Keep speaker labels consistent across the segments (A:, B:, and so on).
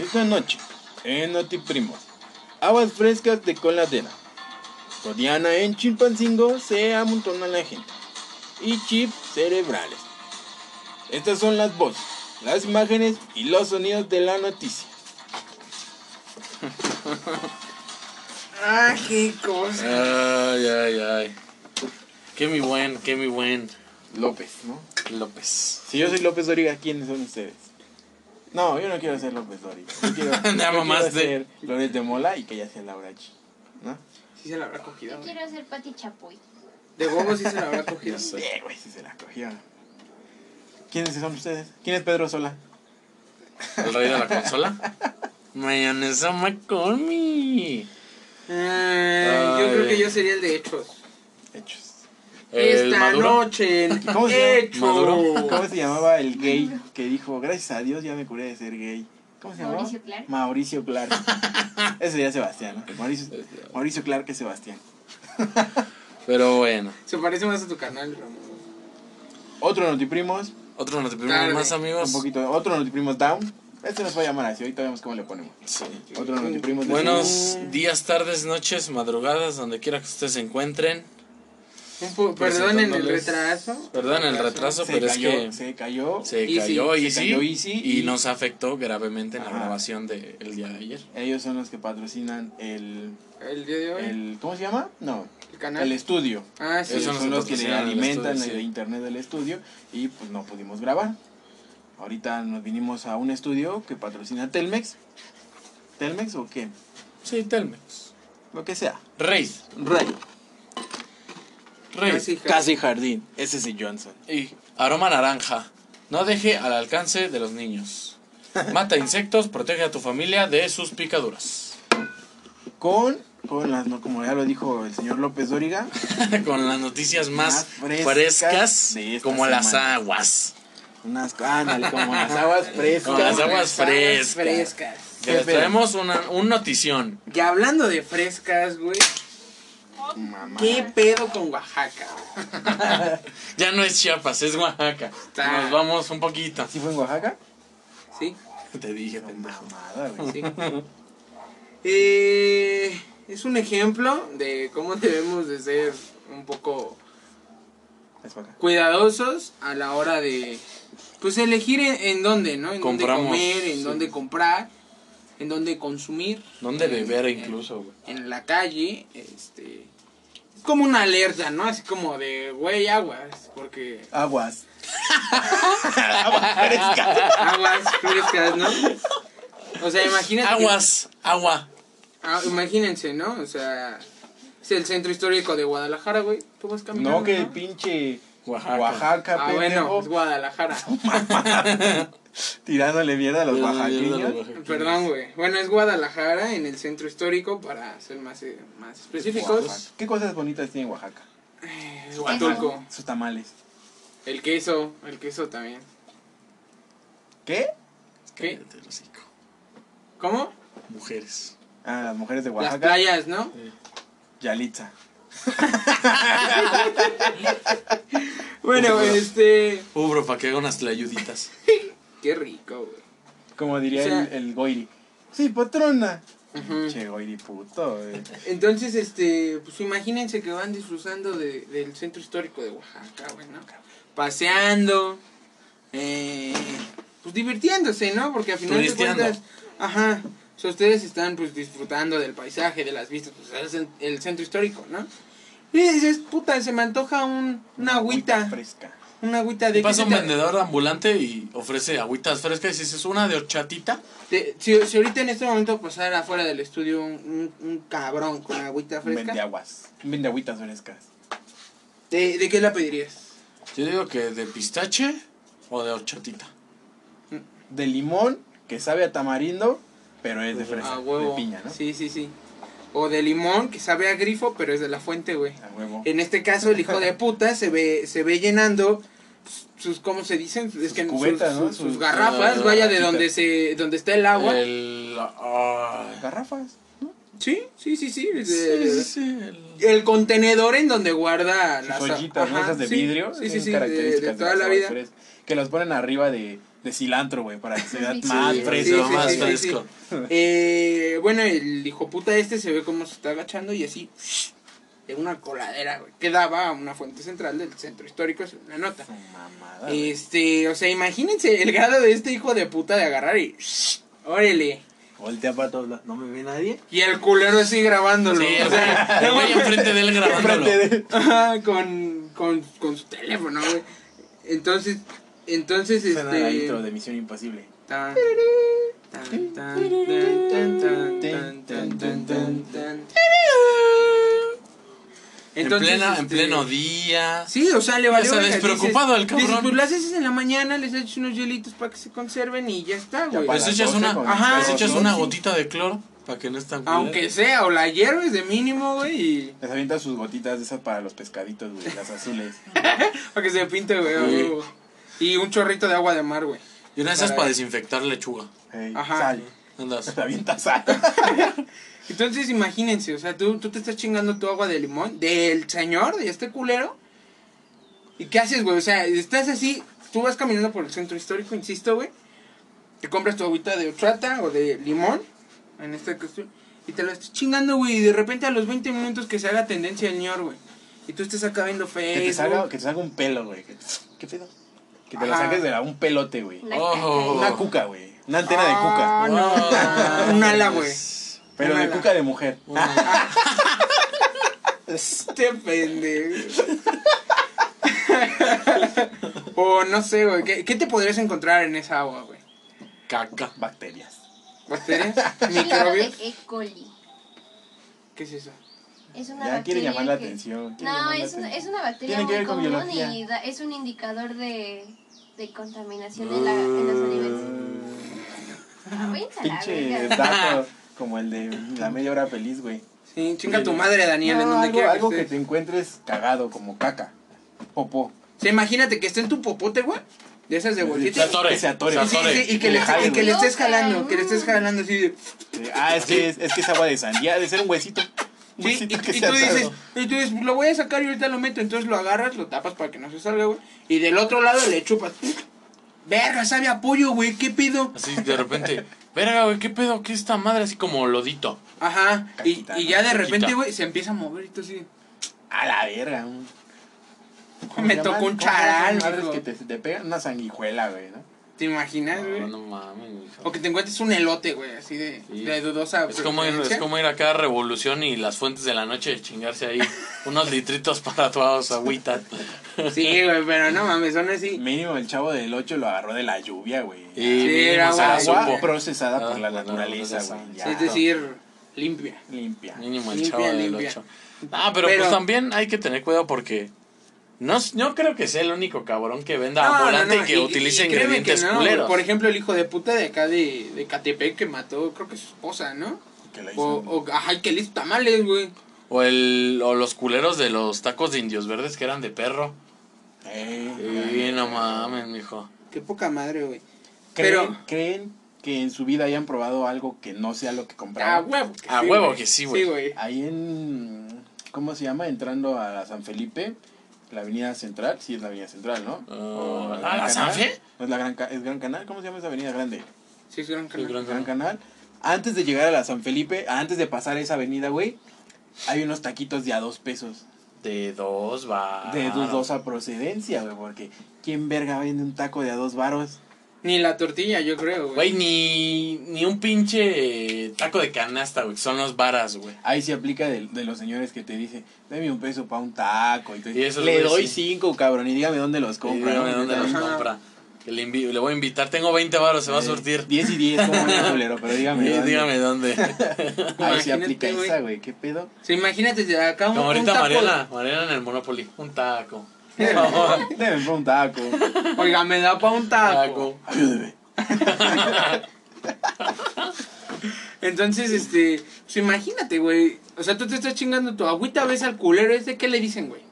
A: Esta noche, en Notiprimos, aguas frescas de coladera. Sodiana en Chilpancingo se amontona la gente. Y chips cerebrales. Estas son las voces, las imágenes y los sonidos de la noticia.
B: Ah, qué cosa.
C: Ay, ay, ay. Qué mi buen, qué mi buen
A: López, ¿no?
C: López.
A: Si yo soy López Doriga, ¿quiénes son ustedes? No, yo no quiero ser López Doriga. Yo quiero, yo quiero
C: mamaste.
A: ser Loret de Mola y que ya sea Laura Chi. ¿No?
B: Sí se la habrá cogido.
D: Yo
B: güey.
D: quiero hacer Pati Chapoy.
B: De bobo sí se la habrá cogido.
A: Sí, Eh, güey, si se la cogió. ¿Quiénes son ustedes? ¿Quién es Pedro Sola?
C: El rey de la consola. Mayonesa McCormick.
B: Ay, yo creo
C: Ay.
B: que yo sería el de hechos.
A: Hechos.
C: El
B: Esta
C: maduro.
B: noche en
A: ¿Cómo se llama?
B: hechos.
C: Maduro.
A: ¿Cómo se llamaba el gay que dijo, gracias a Dios ya me curé de ser gay? ¿Cómo se llamaba?
D: Mauricio Clark.
A: Mauricio Clark. Ese sería Sebastián, ¿no? Mauricio, Mauricio Clark que Sebastián.
C: Pero bueno.
B: Se parece más a tu canal, Ramón.
A: Otro Notiprimos,
C: Otro no te pedimos
B: Tarde.
C: más, amigos.
A: un poquito, otro Notiprimos Down. Este nos va a llamar así, ahorita vemos cómo le ponemos.
C: Sí.
A: Otro Notiprimos de
C: Buenos días, tardes, noches, madrugadas, donde quiera que ustedes se encuentren.
A: ¿Eh?
B: Un po- Perdón en el
C: Presentándoles-
B: retraso.
C: Perdón el retraso,
A: Se
C: pero
A: cayó,
C: es que
A: se cayó.
C: se
B: Easy.
C: cayó,
A: Se
C: Easy,
A: cayó Easy
C: y,
A: y-
C: nos afectó gravemente en la
A: Ajá.
C: grabación del día de ayer.
A: Ellos son los que patrocinan el,
B: El día de hoy. El,
A: el ¿cómo se llama? No,
B: canal.
A: el estudio.
B: ah, sí.
C: Eso
A: Ellos
C: nos
A: son los que le
C: patrocinan el
A: alimentan
C: estudio,
A: el
C: sí.
A: internet del estudio y pues no pudimos grabar. Ahorita nos vinimos a un estudio que patrocina Telmex. ¿Telmex o qué?
C: Sí, Telmex.
A: Lo que sea.
C: Raid,
A: Rey.
C: Raid.
B: Casi, casi.
A: Casi Jardín. Ese sí Johnson.
C: Y aroma naranja. No deje al alcance de los niños. Mata insectos, protege a tu familia de sus picaduras.
A: Con, con las, no, como ya lo dijo el señor López Dóriga,
C: Con las noticias más,
A: Más frescas
C: frescas,
A: de esta
C: como las
A: semana.
C: aguas.
A: unas, ándale, como las aguas frescas.
C: Como las aguas frescas.
B: frescas.
C: Que
A: Qué
C: les
A: pedo.
C: traemos una, un notición.
B: Y hablando de frescas, güey.
A: Mamá.
B: ¿Qué pedo con Oaxaca? güey?
C: Ya no es Chiapas, es Oaxaca.
B: Está.
C: Nos vamos un poquito.
A: ¿Sí fue en Oaxaca?
B: Sí,
C: Te dije,
A: Qué
C: pendejo.
A: mamada, güey.
B: sí. Eh, es un ejemplo de cómo debemos de ser un poco
A: Es para acá.
B: cuidadosos a la hora de pues elegir en, en dónde, ¿no? En
C: Compramos,
B: dónde comer, en
C: sí.
B: dónde comprar, en dónde consumir.
C: ¿Dónde
B: En-
C: beber
B: en-
C: incluso, güey?
B: En la calle, este es como una alerta, ¿no? Así como de güey aguas, porque
A: Aguas.
B: aguas frescas, ¿no? O sea, imagínate que-
C: Aguas, agua.
B: Ah, imagínense, ¿no? O sea, es el centro histórico de Guadalajara, güey. Tú vas caminando.
A: No, que pinche
C: Oaxaca.
A: Oaxaca,
B: Ah, bueno,
A: pendejo.
B: es Guadalajara.
A: Tirándole mierda a los
C: Mierda,
A: oaxaqueños.
C: oaxaqueños.
B: Perdón, güey. Bueno, es Guadalajara en el centro histórico, para ser más, eh, más específicos.
A: Oaxaca. ¿Qué cosas bonitas tiene Oaxaca?
B: Eh, Huatulco.
A: Sus tamales.
B: El queso, el queso también.
A: ¿Qué?
B: ¿Qué?
C: Cállate el hocico.
B: ¿Cómo?
C: Mujeres.
A: Ah, las mujeres de
B: Las
A: Oaxaca.
B: playas, ¿no?
A: Yalitza.
B: Bueno, este...
C: Ubro, para que haga unas tlayuditas.
B: Qué rico, güey.
A: Como diría
B: O sea-
A: el, el Goiri. Sí, patrona.
B: Ujú.
A: Che, Goiri puto. eh. güey.
B: Entonces, este, pues imagínense que van disfrutando de- del centro histórico de Oaxaca, güey, ¿no? Paseando, eh, pues divirtiéndose, ¿no? Porque al final de
C: Turisteando.
B: cuentas, ajá, o sea, ustedes están pues disfrutando del paisaje, de las vistas, pues es el, el centro histórico, ¿no? Y dices, puta, se me antoja un, una agüita,
A: Fresca.
B: una agüita de...
C: Y
B: ¿qué
C: pasa un
B: se te-
C: vendedor ambulante y ofrece agüitas frescas y dices, una de horchatita.
B: te- si, si ahorita en este momento pasara afuera del estudio un, un- un cabrón con agüita
A: Vende
B: fresca,
A: aguas. Vende agüitas frescas.
B: ¿de, ¿de qué la pedirías?
C: Yo digo que de pistache o de horchatita.
A: De limón, que sabe a tamarindo, pero es de fresa.
B: A Ah, huevo.
A: De piña, ¿no?
B: Sí, sí, sí. O de limón, que sabe a grifo, pero es de la fuente, güey.
A: A huevo.
B: En este caso, el hijo de puta se ve, se ve llenando sus, ¿cómo se dicen? Es que
A: cubetas,
B: sus,
A: ¿no?
B: sus-
A: Sus-
B: sus garrafas,
C: Ah,
B: vaya de
A: garrafitas.
B: donde se, donde está el agua.
C: El. ay.
A: Garrafas.
B: Sí, sí, sí, sí. es
C: Sí,
B: de-
C: sí, sí, el-
B: El contenedor en donde guarda
A: Sus
B: las
A: ollitas, ¿no?
B: ajá,
A: Esas de
B: sí,
A: vidrio.
B: Sí, sí,
A: esas
B: sí, de- de,
A: características
B: toda
A: las
B: la
A: aguas
B: vida.
A: frescas, Que los ponen arriba de, de cilantro, güey, para que se vea
D: Sí,
A: más
D: sí,
A: fresco,
B: sí,
A: más
B: sí,
A: fresco.
B: sí. Eh, bueno, el hijo puta este se ve cómo se está agachando y así. De una coladera, güey. Que daba a una fuente central del centro histórico, es una nota.
A: Su mamada, Ah, güey.
B: Este, o sea, imagínense el grado de este hijo de puta de agarrar y. Órale.
A: Voltea para todos lados. No me ve nadie.
B: Y el culero así grabándolo.
C: Sí,
B: o sea,
C: el güey enfrente de él grabándolo.
A: Enfrente de-
B: Ajá, con, con, con su teléfono, güey. Entonces, entonces,
A: Suena la intro
B: este.
A: de Misión Imposible.
B: tan, tan, tan, tan, tan, tan, tan, tan, tan, tan. Entonces,
C: en, plena- en
B: este,
C: pleno día.
B: Sí, o sea, le
C: Ya
B: valió.
C: está
B: verga,
C: despreocupado
B: dices-
C: el cabrón.
B: dices, pues las haces en la mañana, les echas unos hielitos para que se conserven y ya está, güey.
A: para
C: Les
A: las
C: echas
A: 12
C: una-
A: con-
B: ajá,
C: Les
A: con-
C: echas
B: sí,
C: una
B: sí.
C: gotita de cloro para que no estén
B: Aunque sea, o la hierves de mínimo, güey, y
A: Les avientas sus gotitas de esas para los pescaditos, güey, las azules.
B: para que se pinte, güey.
C: Sí.
B: o- Y un chorrito de agua de mar, güey.
C: Y una de esas
B: Para-
C: para desinfectar lechuga.
A: Ey,
B: Ajá.
A: Sal.
C: Andas.
A: Les avientas sal.
B: Entonces, imagínense, o sea, tú, tú te estás chingando tu agua de limón del señor, de este culero. ¿Y qué haces, güey? O sea, estás así, tú vas caminando por el centro histórico, insisto, güey. Te compras tu agüita de horchata o de limón, en esta cuestión, y te la estás chingando, güey. Y de repente a los 20 minutos que se haga tendencia el señor, güey. Y tú estás acá viendo
A: Que te, salga,
B: Facebook.
A: que te salga un pelo, güey. Que- ¿Qué pedo? Que te lo
B: Ajá.
A: saques de la, un pelote, güey.
D: Una
C: Oh.
D: caca.
A: Una cuca, güey. Una antena de
B: Ah,
A: cuca.
C: Ah,
B: no. Un ala, güey.
C: pues,
A: Pero
B: una
A: de
B: ala.
A: cuca de mujer.
B: Este pendejo. o no sé, güey. ¿qué, qué te podrías encontrar en esa agua, güey?
C: Caca.
A: Bacterias.
B: ¿Bacterias?
D: Cloro de
B: ¿Microbios?
D: E. coli.
B: ¿Qué es eso?
D: Es una
A: Ya quiere
D: bacteria
A: llamar la
D: que-
A: atención. quiere
D: No,
A: llamar la
D: es una, es
A: atención.
D: una bacteria
A: Tiene que
D: muy
A: ver con
D: común
A: biología.
D: y da- es un indicador de, de contaminación en, la, en los animales.
A: Ah.
D: Váyanse a la
A: Pinche
D: verga.
A: dato como el de la media hora feliz, güey.
B: Sí, chinga tu madre, Daniel, en
A: No,
B: donde
A: algo,
B: quiera
A: algo
B: que
A: que
B: estés.
A: te encuentres cagado, como caca. Popó.
B: O sea, imagínate que esté en tu popote, güey. De esas de
C: Se
B: bolsita.
A: Exacto.
C: atore.
A: Que se atore.
C: Se
B: Sí,
C: atore.
B: sí, y que le, y que le estés jalando, que le
A: Mm.
B: estés jalando así de...
A: Sí, Ah, es que es, es que es agua de sandía, de ser un huesito. Un
B: Sí, y,
A: huesito que
B: y
A: se
B: tú dices,
A: atoró.
B: y tú dices, lo voy a sacar y ahorita lo meto. Entonces lo agarras, lo tapas para que no se salga, güey. Y del otro lado le chupas. Verga, sabe a pollo, güey, ¿qué pido?
C: Así de repente. Verga, güey, ¿qué pedo? ¿Qué es esta madre? Así como lodito.
B: Ajá. Y,
A: Caquita,
B: y
A: ¿no?
B: ya de
C: Caquita.
B: repente, güey, se empieza a mover y tú así.
A: A la verga. un- ¿cómo
B: Me
A: se
B: tocó
A: llaman?
B: un
A: ¿Cómo se llaman esas
B: charal,
A: madres
B: mijo.
A: que te, te pegan una sanguijuela, güey, ¿no?
B: ¿Te imaginas, güey?
C: No, no mames, güey.
B: O que te encuentres un elote, güey, así de,
C: Sí.
B: de dudosa.
C: Es como, ir, es
B: procedencia.
C: como ir acá a Revolución y las fuentes de la noche de chingarse ahí unos litritos para todos agüita.
B: Sí, güey, pero no mames, son así.
A: Mínimo el chavo del 8 lo agarró de la lluvia, güey.
C: Y
B: Sí,
C: mínimo
B: era
C: se la
A: agua
C: supo.
A: procesada
C: Ah,
A: por la
C: por la
A: naturaleza,
C: naturaleza.
A: güey.
B: Es
A: ya.
B: decir, limpia.
A: Limpia.
C: Mínimo el
B: Limpia,
C: chavo del
B: limpia.
C: 8. Ah, pero,
B: Pero-
C: pues también hay que tener cuidado porque no, s- no creo que sea el único cabrón que venda
B: No, no,
C: ambulante
B: no,
C: que
B: y-
C: utilice
B: y créeme
C: ingredientes
B: que no, güey.
C: culeros.
B: Por ejemplo, el hijo de puta de acá de, de Catepec que mató, creo que su esposa, ¿no?
A: Que la hizo.
B: O, o ajá, que le hizo tamales, güey.
C: O, el, o los culeros de los tacos de indios verdes que eran de perro.
A: Ey.
C: Y no mames, mijo.
B: Qué poca madre, güey.
A: ¿Creen,
B: Pero-
A: ¿Creen que en su vida hayan probado algo que no sea lo que
B: A
C: Ah,
A: compraron?
B: huevo. que
C: A
B: sí,
C: huevo
B: güey.
C: que sí, güey.
B: Sí, güey.
A: Ahí en. ¿Cómo se llama? Entrando a la San Felipe, la avenida central. Sí, es la avenida central, ¿no?
C: Ah,
A: O
C: ¿a
A: Gran
C: la San
A: Canal.
C: Fe?
A: ¿No es, la gran, Ca- es Gran Canal? ¿Cómo se llama esa avenida grande?
B: Sí, es gran canal.
C: Gran
A: Gran
C: Canal.
A: Canal. Antes de llegar a la San Felipe, antes de pasar esa avenida, güey, hay unos taquitos de a dos pesos.
C: De dos va.
A: De dudosa procedencia, güey, porque ¿quién verga vende un taco de a dos varos?
B: Ni la tortilla, yo creo,
C: Güey,
B: güey.
C: ni, ni un pinche taco de canasta, güey. que Son los varas, güey.
A: Ahí se aplica de, de los señores que te dicen, dame un peso para un taco. Y te
C: Y esos
A: le
C: güeyes
A: doy
C: sí.
A: cinco, cabrón, y dígame dónde los compra.
C: Dígame dónde los
B: Ajá.
C: compra. Que le, invi- le voy a invitar. Tengo 20 varos, se va a surtir.
A: 10 eh, y 10, como un culero, pero dígame.
C: Eh,
A: dónde.
C: dígame dónde.
A: Ahí
B: Imagínate,
A: se aplica
B: güey.
A: esa, güey, ¿qué pedo?
B: O sea, imagínate de acá un,
C: Como
B: un
C: ahorita
B: taco.
C: Mariana. Mariana en el Monopoly. Un taco.
A: Deme pa' un taco.
B: Oiga, me da pa' un taco.
C: Taco.
A: Ayúdeme.
B: Entonces, este, pues imagínate, güey. O sea, tú te estás chingando tu agüita, ves al culero este, ¿qué le dicen, güey?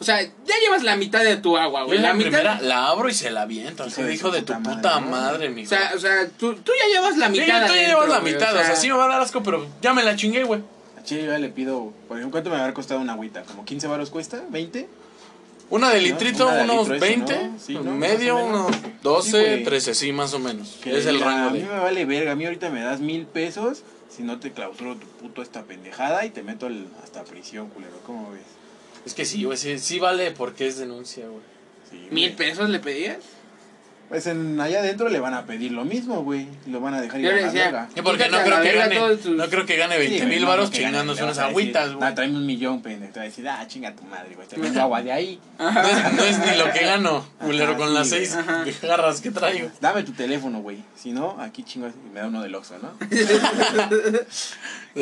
B: O sea, ya llevas la mitad de tu agua,
C: Yo
B: güey.
C: la,
B: La, mitad.
C: primera la abro y se la aviento.
A: Hijo
C: Hijo,
A: de
C: hijo
A: su
C: de
A: puta
C: tu
A: madre,
C: puta
A: ¿no?
C: madre, mijo.
B: O sea, o sea tú, tú ya llevas la
C: Sí,
B: mitad.
C: ya tú
B: adentro,
C: llevas la
B: güey,
C: mitad. O sea, sí me va a dar asco, pero ya me la chingué, güey.
A: Che, yo ya le pido, por ejemplo, ¿cuánto me va a haber costado una agüita? ¿Como 15 varos cuesta? ¿20?
C: Una de litrito,
A: Una de
C: unos
A: litro, eso,
C: 20,
A: ¿no? Sí, ¿no?
C: medio,
A: Más o menos.
C: unos
A: Sí,
C: 12,
A: güey.
C: 13, sí, más o menos.
A: Que
C: Es el
A: diga,
C: rango
A: A mí
C: de...
A: me vale verga, a mí ahorita me das mil pesos, si no te clausuro tu puto esta pendejada y te meto al- hasta prisión, culero, ¿cómo ves?
C: Es que sí, güey, sí, sí vale porque es denuncia, güey.
A: Sí,
B: ¿Mil
A: güey.
B: pesos le pedías?
A: Pues en, allá adentro le van a pedir lo mismo, güey, y lo van a dejar ir
B: Yo
A: a
B: le
A: la
B: decía,
A: verga.
C: Sí, porque
B: Fíjate
C: no
B: a
C: creo,
B: la
C: que
B: verga
C: gane,
B: todos tus-
C: no creo que gane
A: Sí,
C: 20
A: güey,
C: mil
A: no,
C: varos
A: que ganen,
C: chingándose
A: le
C: unas
A: vas a decir,
C: agüitas, güey.
A: No, tráeme un millón, pendejo. Te va a decir, ah, chinga tu madre, güey. Te vendo agua de ahí.
B: Ah.
C: No es, no es ni lo que gano, culero,
A: Ajá,
C: con
A: sí,
C: las
A: güey.
C: seis
B: Ajá.
C: garras que traigo.
A: Dame tu teléfono, güey. Si no, aquí chingo. Y me da uno del Oxxo, ¿no?
C: De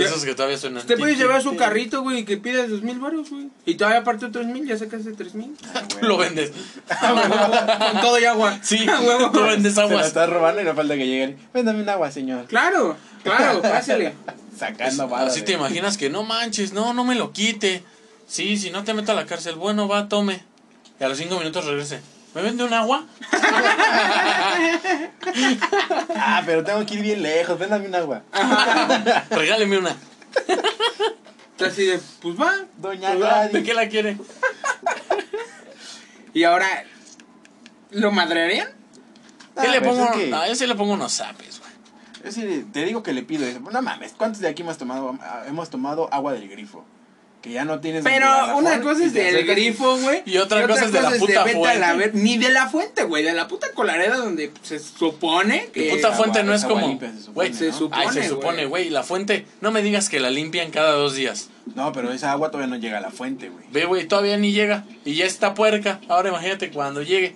C: esos que todavía suenan.
B: Usted puede llevar su carrito, güey, que pida dos mil baros, güey. Y todavía aparte otros mil, ya sacaste tres mil.
A: Ah, güey.
C: Lo vendes.
B: Con todo y agua.
C: Sí,
B: A huevo.
C: tú vendes
A: Se lo
C: aguas.
A: estás robando y no falta que lleguen. Véndame un agua, señor.
B: Claro, claro, pásele.
A: Sacando balas.
C: Pues, Así te imaginas que no manches, no, no me lo quite. Sí, si no te meto a la cárcel, bueno, va, tome. Y a los cinco minutos regrese. ¿Me vende un agua?
A: Ah, pero tengo que ir bien lejos. Véndame un agua.
B: Ah.
C: Regáleme una.
B: Así de, pues va.
A: Doña
C: ¿De
A: Gladys.
C: qué la quiere?
B: Y ahora, ¿lo madrearían?
C: ¿Qué le
A: pues
C: pongo?
A: es que-
C: Ah, yo sí le pongo unos zapes, güey.
A: Yo sí te digo que le pido eso. No mames, ¿cuántos de aquí hemos tomado, ah, hemos tomado agua del grifo? Que ya no tienes.
B: Pero una cosa es del
A: grifo
B: grifo, güey.
C: Y otra cosa es de la puta
B: vete a
C: fuente.
B: ver- ni de la fuente, güey. De la puta colareda donde se supone que.
C: puta
A: es
C: fuente
A: agua-
C: no
A: es
C: es
A: agua
C: como.
A: limpia, se supone,
C: Güey,
A: ¿no?
B: Se supone.
C: Ay, se supone, güey. La fuente, no me digas que la limpian cada dos días.
A: No, pero esa agua todavía no llega a la fuente, güey.
C: Ve, güey, todavía ni llega. Y ya está puerca. Ahora imagínate cuando llegue.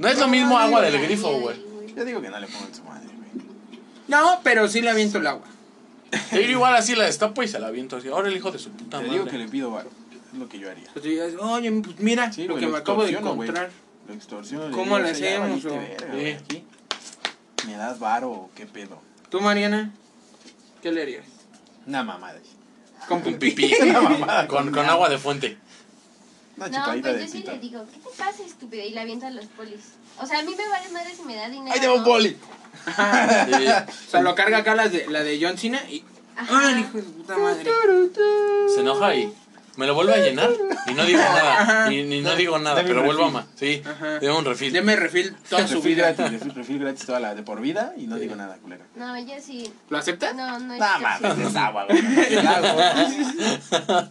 C: No es lo mismo agua del grifo, güey.
A: Yo digo que no le pongan su madre, güey.
B: No, pero sí le aviento el agua.
C: Yo igual así la destapo y se la aviento así. Ahora el hijo de su puta
A: Te
C: madre.
A: digo que le pido varo. Es lo que yo haría.
B: Entonces yo digo, oye, pues mira
A: Sí,
B: lo
A: güey,
B: que me acabo de
A: extorsiono, güey.
B: encontrar.
A: Lo extorsiono. le
B: ¿Cómo
A: digo,
B: le
A: o sea, ya
B: hacemos,
A: valiste
B: o-
A: verga, güey,
C: Sí.
A: aquí. ¿Me das varo o qué pedo?
B: ¿Tú, Mariana? ¿Qué le harías?
A: Una mamada.
B: Con
C: Con
B: pipí.
C: pipí.
A: Una mamada.
C: con, con agua de fuente.
A: Una
D: No,
A: chupadita
D: pues
A: de
D: yo sí
A: pito.
D: le digo, ¿qué te pasa, estúpida? Y la aviento a los polis. O sea, a mí me vale madre si me da dinero.
A: ¡Ahí te va un
D: ¿no?
A: poli!
B: Ajá.
C: Sí.
B: O sea, lo carga acá la de, la de John Cena y.
D: Ajá.
B: ¡Ay, hijo de su puta madre!
C: Se enoja y me lo vuelve a llenar. Y no digo nada. Y, y no digo nada,
A: Dame un
C: pero vuelvo
A: refil.
C: a más. Sí,
B: Ajá.
C: deme un refil.
B: Deme refil toda su
A: Refil
B: vida.
A: gratis, refil, refil gratis toda la de por vida y no digo nada, culera.
D: No, yo sí.
B: ¿Lo aceptas?
D: No, no es
A: Nada
D: extorsión.
A: más, es agua, güey. ¿Qué hago?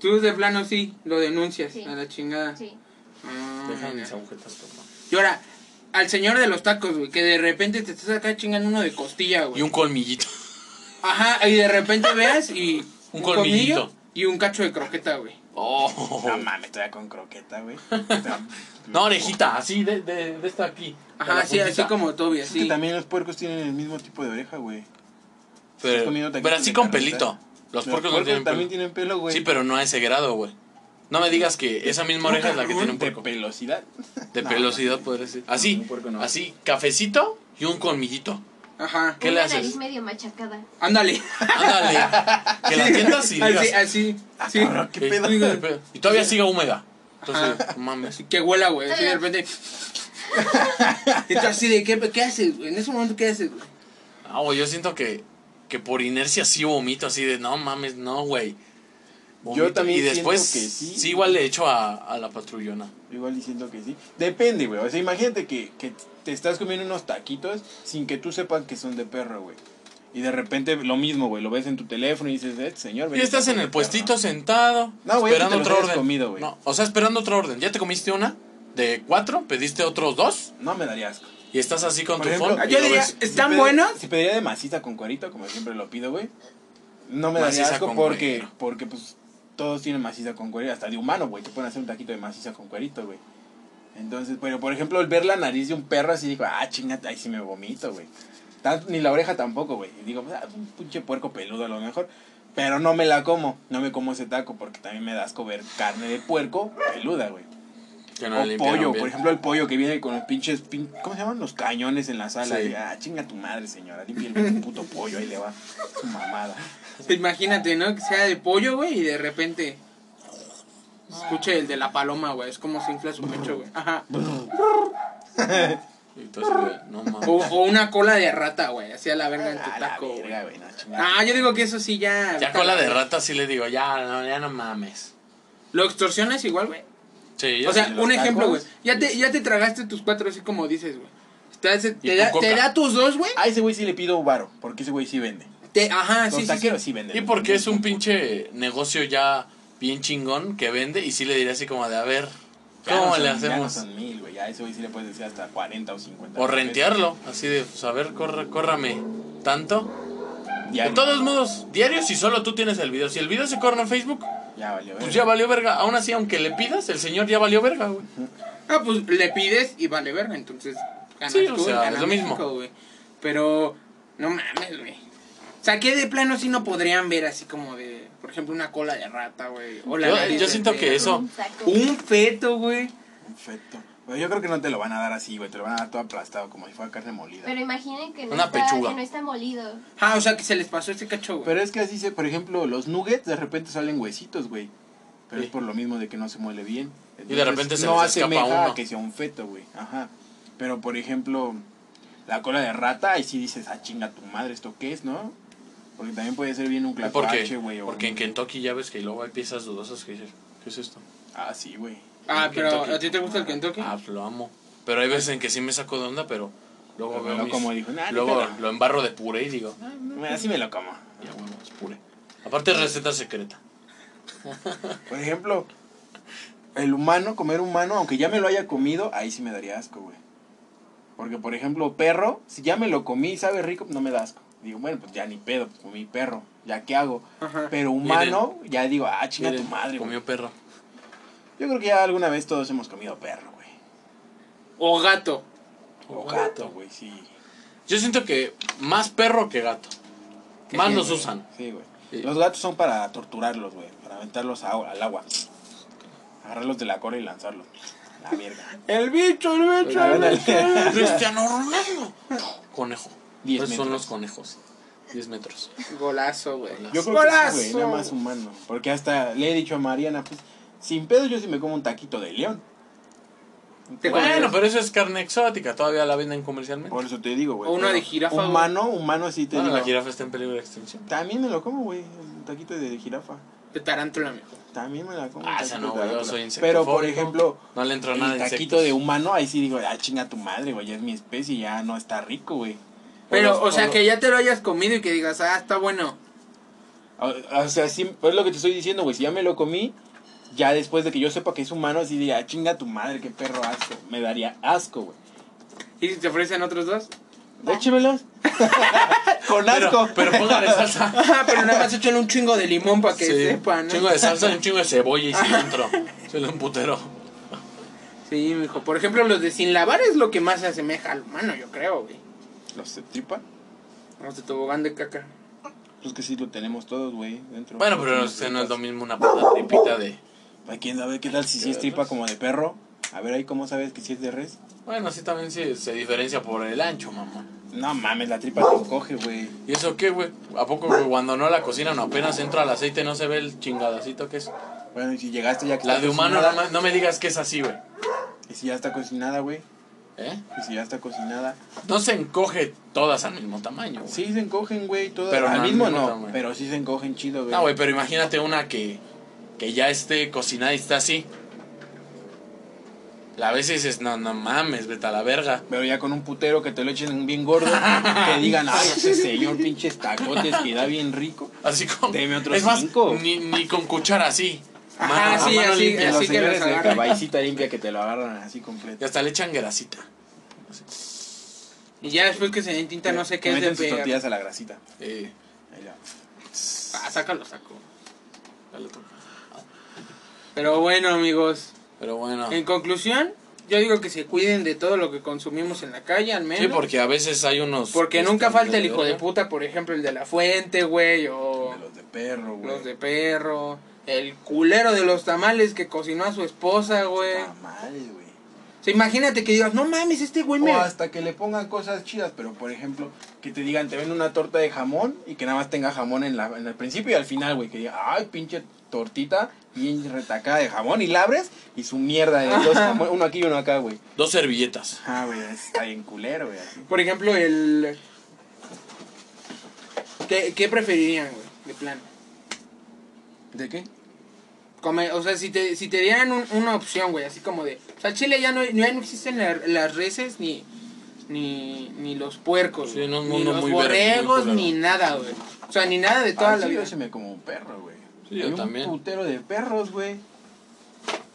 B: Tú de plano sí, lo denuncias
D: Sí.
B: a la chingada.
D: Sí.
B: Ah,
C: Deja
B: mira.
C: mis agujetas, por favor.
B: y ahora, al señor de los tacos, güey, que de repente te estás acá chingando uno de costilla, güey.
C: Y un colmillito.
B: Ajá, y de repente veas y.
C: Un colmillito.
B: colmillo y un cacho de croqueta, güey.
C: Oh.
A: No mames, todavía con croqueta, güey.
C: No, orejita, así de, de, de esta aquí.
B: Ajá, así, así como Toby,
A: Es que
B: así.
A: también los puercos tienen el mismo tipo de oreja, güey. Estás
C: Pero,
A: comiendo taquitos
C: pero así
A: de
C: con
A: carnita.
C: pelito. Los puercos no tienen
A: también
C: pelo.
A: tienen pelo, güey.
C: Sí, pero no a ese grado, güey. No me digas que esa misma oreja es la que tiene un
A: de
C: puerco.
A: pelosidad.
C: De
A: No,
C: pelosidad, podría ser. Así,
A: Un puerco no.
C: así, cafecito y un colmillito.
B: Ajá.
C: ¿Qué
D: Una
C: le haces?
D: nariz medio machacada.
B: Ándale.
C: Ándale. Que la tiendas y
B: Así,
C: digas.
B: así. Sí.
A: cabrón, qué
C: "Eh,
A: pedo.
C: qué pedo". Y todavía siga húmeda. Entonces, no mames.
B: Así que huela, güey. Así de repente. Y tú así de, ¿qué, qué haces, güey? En ese momento, ¿qué haces, güey?
C: Ah, güey, yo siento que, que por inercia sí vomito así de no mames, no, güey. Vomito,
A: también
C: Y después,
A: siento que sí.
C: igual le echo a, a la patrullona.
A: Igual diciendo que sí. Depende, güey. O sea, imagínate que, que te estás comiendo unos taquitos sin que tú sepas que son de perro, güey. Y de repente lo mismo, güey. Lo ves en tu teléfono y dices, eh, señor,
C: Y estás en el puestito sentado,
A: No, güey,
C: esperando
A: es que te los
C: otra
A: hayas
C: orden.
A: comido, güey.
C: no, o sea, esperando otra orden. Ya te comiste una de cuatro, pediste otros dos
A: No me daría asco.
C: y estás así con
A: Por
C: tu
A: ejemplo,
C: phone. y
B: yo
C: lo
B: diría-
C: ves.
B: ¿Están
A: Si pedi-
B: buenos?
A: Si pediría de masita con cuerito, como siempre lo pido, güey. No me daría
C: Maciza
A: asco
C: con
A: porque,
C: cuero.
A: porque, pues, todos tienen maciza con cuerito. Hasta de humano, güey. Te pueden hacer un taquito de maciza con cuerito, güey. Entonces, pero por ejemplo, el ver la nariz de un perro así, digo, ah, chingate, ahí sí me vomito, güey. Tan- Ni la oreja tampoco, güey. Y digo, ah, un pinche puerco peludo a lo mejor. Pero no me la como. No me como ese taco porque también me da asco ver carne de puerco peluda, güey.
C: Que
A: O
C: le limpiaron
A: pollo,
C: bien.
A: por ejemplo, el pollo que viene con los pinches, pin- ¿cómo se llaman? Los cañones en la sala.
C: Sí.
A: Y, ah, chinga tu madre, señora, limpia el puto pollo, ahí le va su mamada.
B: Pues Imagínate, ¿no? Que sea de pollo, güey, y de repente. Escuche el de la paloma, güey. Es como se infla su pecho, güey. Ajá.
C: Y tú así de, no mames.
B: O, o una cola de rata, güey. Así a la verga en tu
A: Ah, la
B: taco, güey.
A: verga, güey, no, chinga.
B: Ah, yo digo que eso sí ya.
C: Ya cola de rata sí le digo, ya, no, ya no mames.
B: Lo extorsionas igual, güey.
C: Sí,
B: O sea,
A: sí, los
B: un ejemplo, güey.
A: tacos.
B: Ya te, ya te tragaste tus cuatro, así como dices, güey. Te, hace-
C: Y
B: te
C: tu
B: da,
C: coca.
B: te da tus dos, güey.
A: A ese güey sí le pido varo, porque ese güey sí vende.
B: Te- Ajá,
C: Ah,
A: Los
B: sí, sí, sí.
A: taqueros sí, venden.
C: Y porque es un pinche negocio ya bien chingón que vende y sí le diría así como de a ver,
A: Ya no
C: ¿cómo
A: son-
C: le
A: Ya no
C: hacemos?
A: son mil, güey. A ese güey sí le puedes decir hasta 40 o 50.
C: o rentearlo, así de, pues a ver, corra, córrame tanto.
A: Ya,
C: de todos modos, diario si solo tú tienes el video. Si el video se corre en Facebook,
A: Ya valió.
C: pues
A: verga.
C: ya valió verga. Aún así, aunque le pidas, el señor ya valió verga, güey.
B: Ah, pues le pides y vale verga, entonces ganas
C: Sí, o
B: tú,
C: sea,
B: gana
C: es lo mismo.
B: México, güey. Pero, no mames, güey. O sea, que de plano sí no podrían ver así como de, por ejemplo, una cola de rata, güey. O la
C: Yo-
B: nariz
C: yo
B: de
C: siento que
B: perro.
C: eso-
D: Un saco.
B: Un feto, güey.
A: Perfecto. Pero yo creo que no te lo van a dar así, güey. Te lo van a dar todo aplastado, como si fuera carne molida.
D: Pero imaginen que no,
C: Una
D: está,
C: pechuga.
D: que no está molido.
B: Ah, o sea, que se les pasó este cacho, güey.
A: Pero es que así se, por ejemplo, los nuggets de repente salen huesitos, güey. Pero
C: Sí.
A: es por lo mismo de que no se muele bien.
C: Y de repente se
A: no
C: les escapa
A: asemeja
C: uno.
A: a que sea un feto, güey. Ajá. Pero por ejemplo, la cola de rata, ahí sí dices, ah, chinga tu madre, ¿esto qué es, no? Porque también puede ser bien un clapache,
C: Porque,
A: güey. o
C: porque
A: un-
C: en Kentucky ya ves que luego hay piezas dudosas que dices, ¿qué es esto?
A: Ah, sí, güey.
B: ah,
C: un
B: pero
C: Kentucky.
B: ¿a ti te gusta el Kentucky?
C: Ah, pues, lo amo. Pero hay veces en que sí me saco de onda, pero luego
A: Pero
C: veo
A: no
C: mis-
A: como dijo, "Nah, ni
C: Luego
A: pedo".
C: lo embarro de puré y digo, "Ah,
A: Así me lo como.
C: ya bueno, es puré. Aparte es receta secreta.
A: Por ejemplo, el humano, comer humano, aunque ya me lo haya comido, ahí sí me daría asco, güey. Porque, por ejemplo, perro, si ya me lo comí y sabe rico, no me da asco. Digo, bueno, pues ya ni pedo, pues comí perro, ya qué hago.
B: Ajá.
A: Pero humano, ya digo, ah, chinga tu
C: Miren,
A: madre, güey.
C: Comió perro.
A: Yo creo que ya alguna vez todos hemos comido perro, güey.
B: O gato.
A: O gato, güey, sí.
C: Yo siento que más perro que gato.
B: Que
C: más
B: sí,
C: los
B: güey.
C: usan.
A: Sí, güey.
C: Sí.
A: Los gatos son para torturarlos, güey. Para aventarlos a- al agua. Agarrarlos de la cola y lanzarlos. La mierda.
B: El bicho, el bicho. el bicho.
C: Cristiano Ronaldo. Conejo.
A: Diez
C: Esos son
A: metros.
C: los conejos. 10 metros.
B: Golazo, güey.
A: Yo creo
B: ¡Golazo!
A: que sí, güey, nada más humano. Porque hasta le he dicho a Mariana, pues, sin pedo yo sí me como un taquito de león.
B: Te
C: Bueno,
B: comes-
C: pero eso es carne exótica. Todavía la venden comercialmente.
A: Por eso te digo, güey.
B: O uno
A: pero
B: de jirafa, güey.
A: Humano, humano sí te
C: Bueno, Ah, la
A: digo.
C: jirafa está en peligro de extinción.
A: También me lo como, güey. Un taquito de jirafa.
B: De tarántula mejor.
A: También me la como. un
C: Ah, esa
A: taquito
C: no,
A: de
C: güey. Yo
A: tarántula.
C: soy insectofóbico.
A: Pero, por ejemplo,
C: No le entro
A: el
C: nada de
A: taquito
C: insectos.
A: de humano, ahí sí digo, ah, chinga tu madre, güey. Ya es mi especie, ya no está rico, güey.
B: Pero,
C: los-
B: o sea,
C: los-
B: que ya te lo hayas comido y que digas, ah, está bueno.
A: Ah, O, o sea, sí, pues es lo que te estoy diciendo, güey. Si ya me lo comí, ya después de que yo sepa que es humano, así diría, "Ah, chinga tu madre, qué perro asco. Me daría asco, güey.
B: ¿Y si te ofrecen otros dos?
A: Échemelos. Ah. Con asco.
C: Pero, pero póngale salsa.
B: Ajá, pero nada más échale un chingo de limón para que
C: Sí,
B: sepa, ¿no?
C: Chingo de salsa, y un chingo de cebolla y cilantro. Soy un putero.
B: Sí, mijo. Por ejemplo, los de sin lavar es lo que más se asemeja al humano, yo creo, güey.
A: ¿Los se tripa?
B: Vamos de tobogán de caca.
A: Pues que sí lo tenemos todos, güey, dentro.
C: Bueno, pero
A: Tenemos
C: este no es lo
A: tripas.
C: mismo una puta tripita de.
A: Ay, quién sabe qué tal si sí es tripa como de perro? A ver ahí cómo sabes que sí es de res.
C: Bueno, sí, también sí, se diferencia por el ancho, mamá.
A: No mames, la tripa te coge, güey.
C: ¿Y eso qué, güey? ¿A poco, güey, cuando no la cocinan, apenas entra al aceite, no se ve el chingadacito que es?
A: Bueno, y si llegaste ya que
C: La
A: está
C: de humano,
A: cocinada,
C: nada más, no me digas que es así, güey.
A: Y si ya está cocinada, güey.
C: ¿Eh?
A: Y si ya está cocinada.
C: No se encoge todas al mismo tamaño, güey.
A: Sí se encogen, güey, todas.
C: Pero
A: Pero al
C: no,
A: mismo
C: al mismo
A: no,
C: tamaño.
A: pero sí se encogen chido, güey.
C: No, güey, pero imagínate una que, que ya esté cocinada y está así. La vez dices, no, no mames, vete a la verga.
A: Pero ya con un putero que te lo echen bien gordo, que digan, ay, este señor pinches tacotes que da bien rico.
C: Así como.
A: Deme otros
C: es más,
A: cinco.
C: Ni, ni con cuchara así.
B: Ajá,
C: Mano-
B: Ah, sí,
C: mano
B: así,
C: limpia.
A: a Ah, los
B: así que
A: señores
B: los
A: de
B: agarran.
A: cabaicita limpia que te lo agarran así
C: Y
A: completo.
C: hasta le echan grasita.
B: Y ya después que se den tinta, no sé qué
A: Meten
B: es de
A: sus
B: pegar.
A: tortillas a la grasita.
C: Eh,
A: Ahí la-
B: Ah, sácalo, saco.
C: al otro.
B: Pero bueno, amigos.
C: Pero bueno.
B: En conclusión, yo digo que se cuiden de todo lo que consumimos en la calle, al menos.
C: Sí, porque a veces hay unos.
B: Porque nunca
C: este,
B: falta el hijo de
C: verga.
B: puta, por ejemplo, el de la fuente, güey, o...
A: De los de perro, güey.
B: Oh. Los de perro. El culero de los tamales que cocinó a su esposa, güey.
A: Ah. Tamales, güey.
B: O sea, imagínate que digas, no mames, este güey me...
A: O hasta que le pongan cosas chidas, pero por ejemplo, que te digan, te venden una torta de jamón y que nada más tenga jamón en, la, en el principio y al final, güey. Que diga, ay, pinche tortita bien retacada de jamón y la abres y su mierda de dos jamón, uno aquí y uno acá, güey.
C: Dos servilletas.
A: Ah, güey, está bien culero, güey. así.
B: Por ejemplo, el... ¿Qué, qué preferirían, güey? De plan.
A: ¿De qué?
B: come- o sea, si te, si te dieran un- una opción, güey, así como de... O sea, Chile ya no, ya no existen la- las reses ni, ni, ni los puercos,
C: Sí,
B: güey,
C: en un
B: ni
C: mundo
B: los
C: muy ver- muy
B: borregos,
C: culero.
B: ni nada, güey. O sea, ni nada de toda
A: Al
B: la
A: chile
B: vida.
A: yo se me como un perro, güey.
C: Sí, yo
A: Hay un
C: también.
A: putero de perros, güey.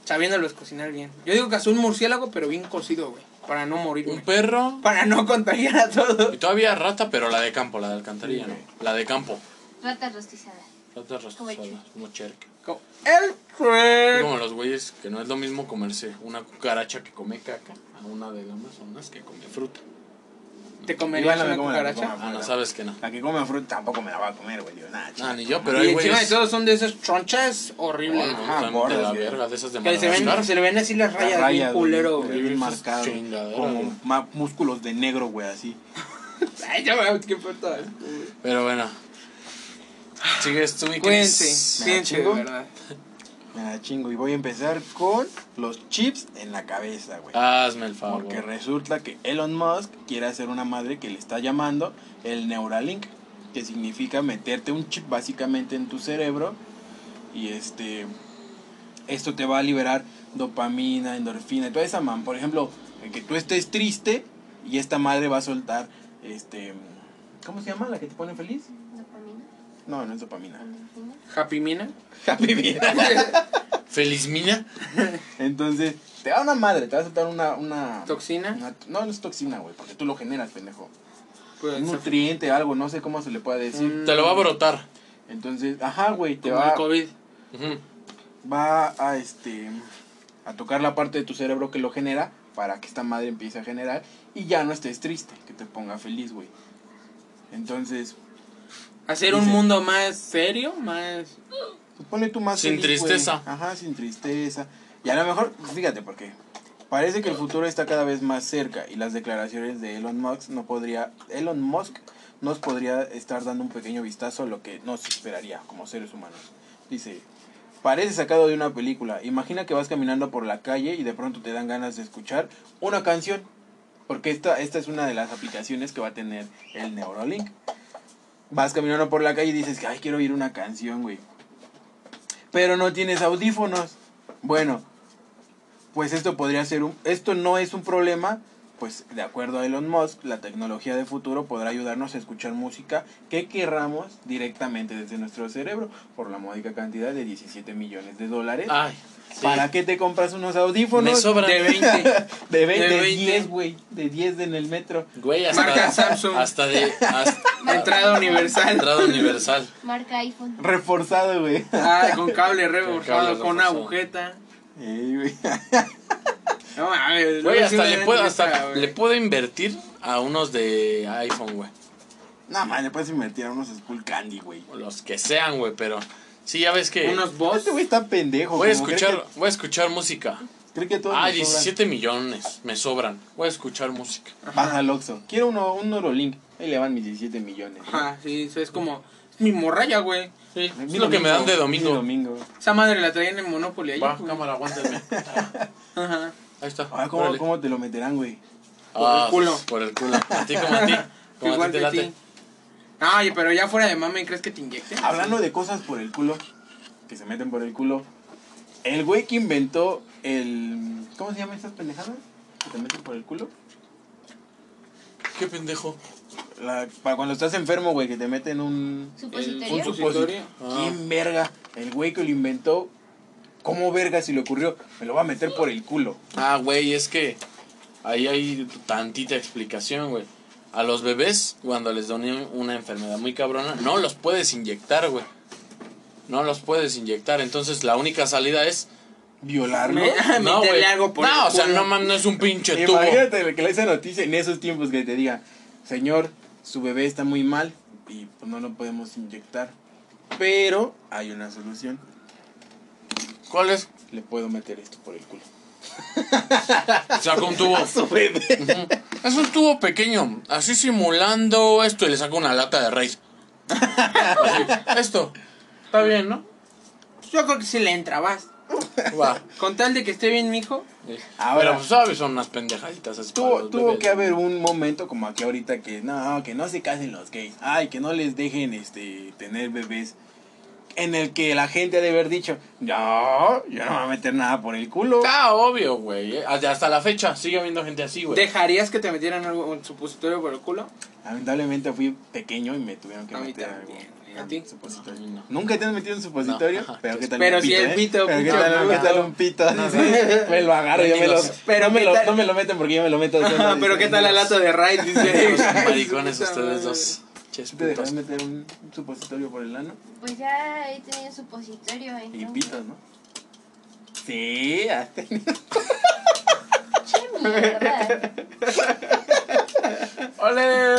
B: Sabiéndolos cocinar bien. Yo digo que hasta un murciélago, pero bien cocido, güey. Para no morir,
C: Un
B: güey.
C: perro.
B: Para no contagiar a todos.
C: Y todavía rata, pero la de campo, la de alcantarilla,
A: Sí,
C: ¿no?
A: güey.
C: La de campo.
D: Ratas rostizadas.
C: Rata
D: Como
C: rostizada, como cherca.
B: Como, El crack.
C: Como los güeyes que no es lo mismo comerse una cucaracha que come caca a una de las Amazonas que come fruta.
B: ¿Te comerías
A: Iván,
B: una
A: no me come, no me
B: cucaracha?
C: Ah, no sabes que no.
A: La que come fruta tampoco me la va a comer, güey. Yo, nada,
C: Ah,
A: chido.
C: ni yo, pero
B: y
C: hay
B: encima de
C: güeyes.
B: todo son de esas tronchas horribles.
C: Ah, no,
A: Ajá,
C: están de
A: gordas,
C: la
A: güey.
C: verga, de esas de
B: que se, ven,
C: Madagascar.
B: se le ven así las
A: Las
B: rayas, bien
A: güey,
B: culero,
A: bien
B: güey.
C: Esas
A: marcado.
C: chingaderas, güey.
A: Como ma- músculos de negro, güey, así.
B: Ay, ya me qué puerta.
C: Pero bueno. Sigues tú, mi Chris.
B: Cuídense,
A: Me
B: cuídense, de
A: chingo.
B: verdad.
A: Me la chingo. Y voy a empezar con los chips en la cabeza, güey.
C: Hazme el favor.
A: Porque resulta que Elon Musk quiere hacer una madre que le está llamando el Neuralink, que significa meterte un chip básicamente en tu cerebro y este esto te va a liberar dopamina, endorfina, y toda esa man. Por ejemplo, el que tú estés triste y esta madre va a soltar este ¿cómo se llama la que te pone feliz?
D: Dopamina.
A: No, no es dopamina.
D: endorfina.
B: Happy Mina.
A: Happy vida.
C: Feliz mina.
A: Entonces, te da una madre, te va a soltar una una
B: Toxina.
A: una- no, no es toxina, güey, porque tú lo generas, pendejo.
B: Pues,
A: un nutriente, algo, no sé cómo se le puede decir.
C: Te lo va a brotar.
A: Entonces, ajá, güey, te
B: Mm. como el
A: va,
B: COVID.
C: Ujú.
A: va a este a tocar la parte de tu cerebro que lo genera para que esta madre empiece a generar y ya no estés triste, que te ponga feliz, güey. Entonces,
B: Hacer un
A: Dice-
B: mundo más serio, más...
A: pues ponle tú más
C: Sin
A: feliz, güey.
C: tristeza.
A: Ajá, sin tristeza. Y a lo mejor, fíjate porque parece que el futuro está cada vez más cerca y las declaraciones de Elon Musk no podría Elon Musk nos podría estar dando un pequeño vistazo a lo que nos esperaría como seres humanos. Dice, parece sacado de una película. Imagina que vas caminando por la calle y de pronto te dan ganas de escuchar una canción. Porque esta, esta es una de las aplicaciones que va a tener el Neurolink. Vas caminando por la calle y dices, ay, quiero oír una canción, güey. Pero no tienes audífonos. Bueno, pues esto podría ser un... Esto no es un problema, pues de acuerdo a Elon Musk, la tecnología de futuro podrá ayudarnos a escuchar música que querramos directamente desde nuestro cerebro por la módica cantidad de 17 millones de dólares.
C: Ay. Ah, sí.
A: ¿Para qué te compras unos
C: Me
A: audífonos?
C: sobran.
B: De 20.
A: De 20,
B: De
A: de
B: 20.
A: 10, güey. De 10 en el metro.
C: Güey, hasta.
B: Marca Samsung.
C: Hasta de. hasta-
B: Entrada universal.
C: entrada universal.
D: Marca iPhone.
A: Reforzado, güey.
B: Ah, con cable
C: Con
B: reforzado,
C: cable
B: con una
C: reforzado.
B: agujeta.
A: Ey, güey.
B: No mames.
C: Güey,
B: luego sí
C: hasta
B: me
C: le
B: dan
C: puedo,
B: risa,
C: hasta
B: güey.
C: le puedo invertir a unos de iPhone, güey.
A: No, man, le puedes invertir a unos Skull Candy, güey.
C: O los que sean, güey, pero. Sí, ya ves que.
B: Unos boss.
A: Este güey está pendejo.
C: Voy a
A: como cree
C: escuchar, voy a escuchar música.
A: que- Cree que todo.
C: Ah, 17 millones. Me sobran. Voy a escuchar música.
A: Baja al Oxxo. Quiero uno, un Neurolink. Ahí le van mis 17 millones. ¿no?
B: Ajá, sí, eso es como... Es mi morralla, güey.
C: Sí,
A: Mi
C: es lo que me dan de
A: mi
C: domingo.
A: domingo.
B: Esa madre la traían en Monopoly ahí.
C: Va,
B: güey.
C: cámara, aguántame.
B: Ajá.
C: Ahí está.
A: Ah, ¿cómo,
C: órale.
A: ¿cómo te lo meterán, güey?
C: Ah,
B: Por el culo.
C: Por el culo. A ti como a ti. Como a
B: Igual
C: ti te
B: que a
C: late.
B: ti. Ay, pero ya fuera de mami, ¿crees que te inyecten?
A: Hablando de cosas por el culo, que se meten por el culo, el güey que inventó el... ¿Cómo se llaman estas pendejadas? Que te meten por el culo.
C: Qué pendejo.
A: La- para cuando estás enfermo, güey, que te meten un...
D: Supositorio.
A: un supositorio.
C: Ah.
A: ¿Quién verga? El güey que lo inventó, ¿cómo verga si le ocurrió? Me lo va a meter por el culo.
C: Ah, güey, es que ahí hay tantita explicación, güey. A los bebés, cuando les dan una enfermedad muy cabrona, no los puedes inyectar, güey. No los puedes inyectar. Entonces, la única salida es.
A: ¿Violarlo?
B: Me-
C: No,
B: Meterle
C: güey.
B: algo por
C: No,
B: el
C: o sea,
B: culo.
C: no mames, no es un pinche tubo.
A: Imagínate que le esa noticia en esos tiempos que te diga, señor, su bebé está muy mal y pues, no lo podemos inyectar. Pero hay una solución.
C: ¿Cuál es?
A: Le puedo meter esto por el culo.
C: Saca un tubo.
A: Su bebé.
C: Ujú. Es un tubo pequeño, así simulando esto y le saco una lata de rey. Esto. Está bien, ¿no?
B: Yo creo que sí le entra, vas.
C: Va.
B: Con tal de que esté bien, mijo.
A: Ahora-
C: Pero pues, sabes, son unas pendejaditas. esas para
A: Tuvo,
C: los
A: tuvo
C: bebés.
A: que haber un momento como aquí ahorita que no, que no se casen los gays. Ay, que no les dejen este tener bebés. en el que la gente ha de haber dicho, no, yo no me voy a meter nada por el culo.
C: Está obvio, güey. eh. Hasta hasta la fecha sigue habiendo gente así, güey.
B: ¿Dejarías que te metieran algo, un supositorio por el culo?
A: Lamentablemente fui pequeño y me tuvieron que
B: A mí
A: meter algo.
B: también, güey. ¿A ti?
A: un supositorio.
C: No, no.
A: Nunca te has metido en un supositorio,
C: No.
A: pero qué tal
B: Pero
A: un
B: sí
A: pito,
B: el
A: eh?
B: pito,
A: Pero qué
B: mucho
A: tal, qué
B: cuidado.
A: tal un pito. me lo agarro, yo me lo,
B: Pero
A: pero me
B: qué
A: lo,
B: tal-
A: no me lo meten porque yo me lo meto.
B: Ajá, Ah, pero ¿qué tal la lata de Raid? Dice,
C: Son maricones ustedes dos. Ches
A: ¿Sí ¿Te
C: putos.
A: dejas meter un, un supositorio por el ano?
D: Pues ya he tenido supositorio.
A: Y
D: entonces.
A: pitos, ¿no? Sí, has tenido-
D: Che, mierda.
C: ¡Ole!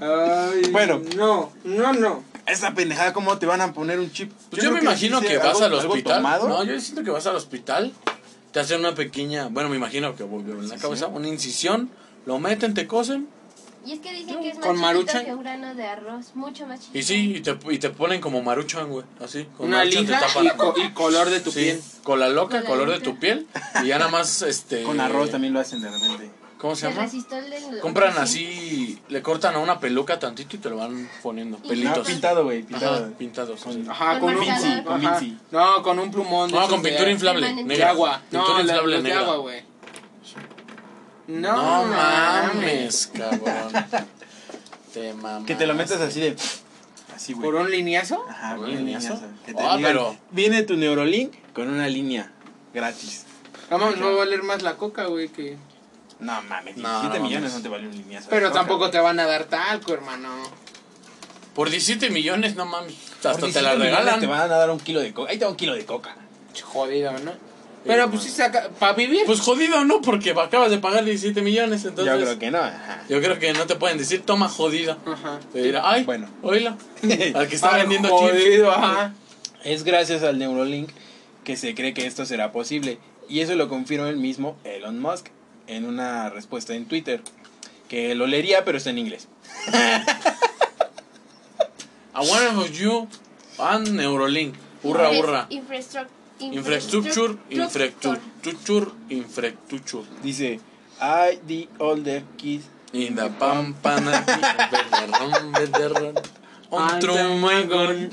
B: Ay,
A: Bueno.
B: No, no, no.
A: Esa pendejada, ¿cómo te van a poner un chip?
C: Pues yo, me imagino que, vas al hospital. No,
A: No,
C: yo siento que vas al hospital, te hacen una pequeña, bueno, me imagino que volvió en la cabeza, una incisión, lo meten, te cosen
D: Y es que dicen que es más
B: Con
D: chiquito
B: Maruchan.
D: que un grano de arroz. Mucho más chiquito.
C: y sí, y te, y te ponen como maruchan, güey, así, con
B: Una
C: maruchan
B: lija
C: te
B: y,
C: tapan.
B: co- y color de tu
C: Sí,
B: piel.
C: con la loca,
D: Con la
C: color de
D: loca.
C: tu piel, y ya nada más, este...
A: Con arroz también lo hacen de repente.
C: ¿Cómo se
D: El
C: llama?
D: resistol del-
C: Compran así, le cortan a una peluca tantito y te lo van poniendo,
D: Y
A: No,
C: pelitos.
A: pintado, güey, pintado.
C: Ajá, pintados. sí.
A: Con-
B: Ajá,
D: Con
B: con, un
D: marcador.
B: plumón.
A: Con
B: ajá.
A: Vinci.
B: No, con un plumón. de
C: No,
B: esos
C: con
B: de-
C: pintura inflable,
D: permanente.
B: De
C: negra.
B: agua. No,
C: Pintura
B: la,
C: inflable
B: los de
C: negra.
B: agua, güey. No,
C: No mames, cabrón. Te mamas.
A: Que te lo metas así de. Así, güey.
B: ¿Por un lineazo?
A: Ajá,
C: ¿Por
A: con un
C: un lineazo?
A: lineazo. Que te
C: Ah,
A: digan,
C: pero-
A: Viene tu Neurolink con una línea gratis.
B: Vamos, no va a valer más la coca, güey, que...
A: No mames,
C: No,
A: 17
C: no
A: millones
C: mames.
A: no te vale un lineazo.
B: Pero
A: Ojalá.
B: tampoco te van a dar talco, hermano.
C: Por 17 millones, no mames. Hasta
A: Por
C: te la
A: 17 millones
C: regalan.
A: Te van a dar un kilo de coca. Ahí te va un kilo de coca.
B: Jodido, ¿no? Pero pues sí saca... ¿Para vivir?
C: Pues jodido, ¿no? Porque acabas de pagar 17 millones, entonces.
A: Yo creo que no. ajá.
C: yo creo que no te pueden decir, toma jodido.
B: Ajá.
C: Te dirá, ay,
A: Bueno.
C: bueno. oíla. Al que está
B: Ay,
C: vendiendo chips.
B: jodido, ajá.
A: Es gracias al Neurolink que se cree que esto será posible. Y eso lo confirma el mismo Elon Musk en una respuesta en Twitter. Que lo leería, pero está en inglés.
C: A one of you and Neurolink. Hurra, hurra.
D: Infra- infrastruc-
C: Infrastructure,
D: infrastructure.
C: infrastructure, infrastructure.
A: Dice, I the older kids.
C: In the pam pan a- Berderrón, berderrón. Un
B: And
C: trumagón.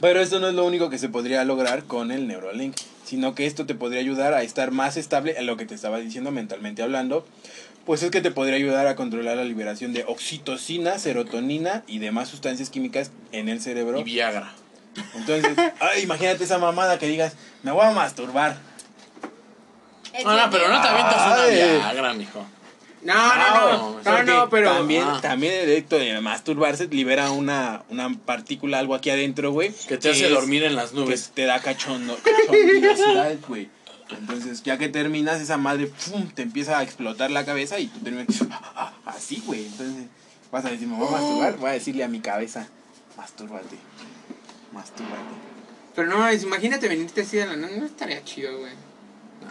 A: Pero esto no es lo único que se podría lograr con el Neuralink, sino que esto te podría ayudar a estar más estable en lo que te estaba diciendo mentalmente hablando. Pues es que te podría ayudar a controlar la liberación de oxitocina, serotonina y demás sustancias químicas en el cerebro.
C: Y Viagra.
A: Entonces, ay, imagínate esa mamada que digas, me voy a masturbar.
C: No, no, pero no te avientas una
A: Ay.
C: Viagra, mijo.
B: No, Ah, no, no.
C: Wow.
B: No,
A: Ah, Porque
B: no, pero...
A: También,
C: Ah.
A: también el acto de masturbarse libera una, una partícula, algo aquí adentro, güey.
C: Que te hace
A: es-
C: dormir en las
A: que
C: nubes.
A: te da cachondo, cachondiosidad, güey. Entonces, ya que terminas, esa madre pum, te empieza a explotar la cabeza y tú terminas ah, ah, así, güey. Entonces, vas a decir, me voy a masturbar. Voy a decirle a mi cabeza, mastúrbate, mastúrbate.
B: Pero no, es- imagínate venirte así de la nada, no estaría chido, güey.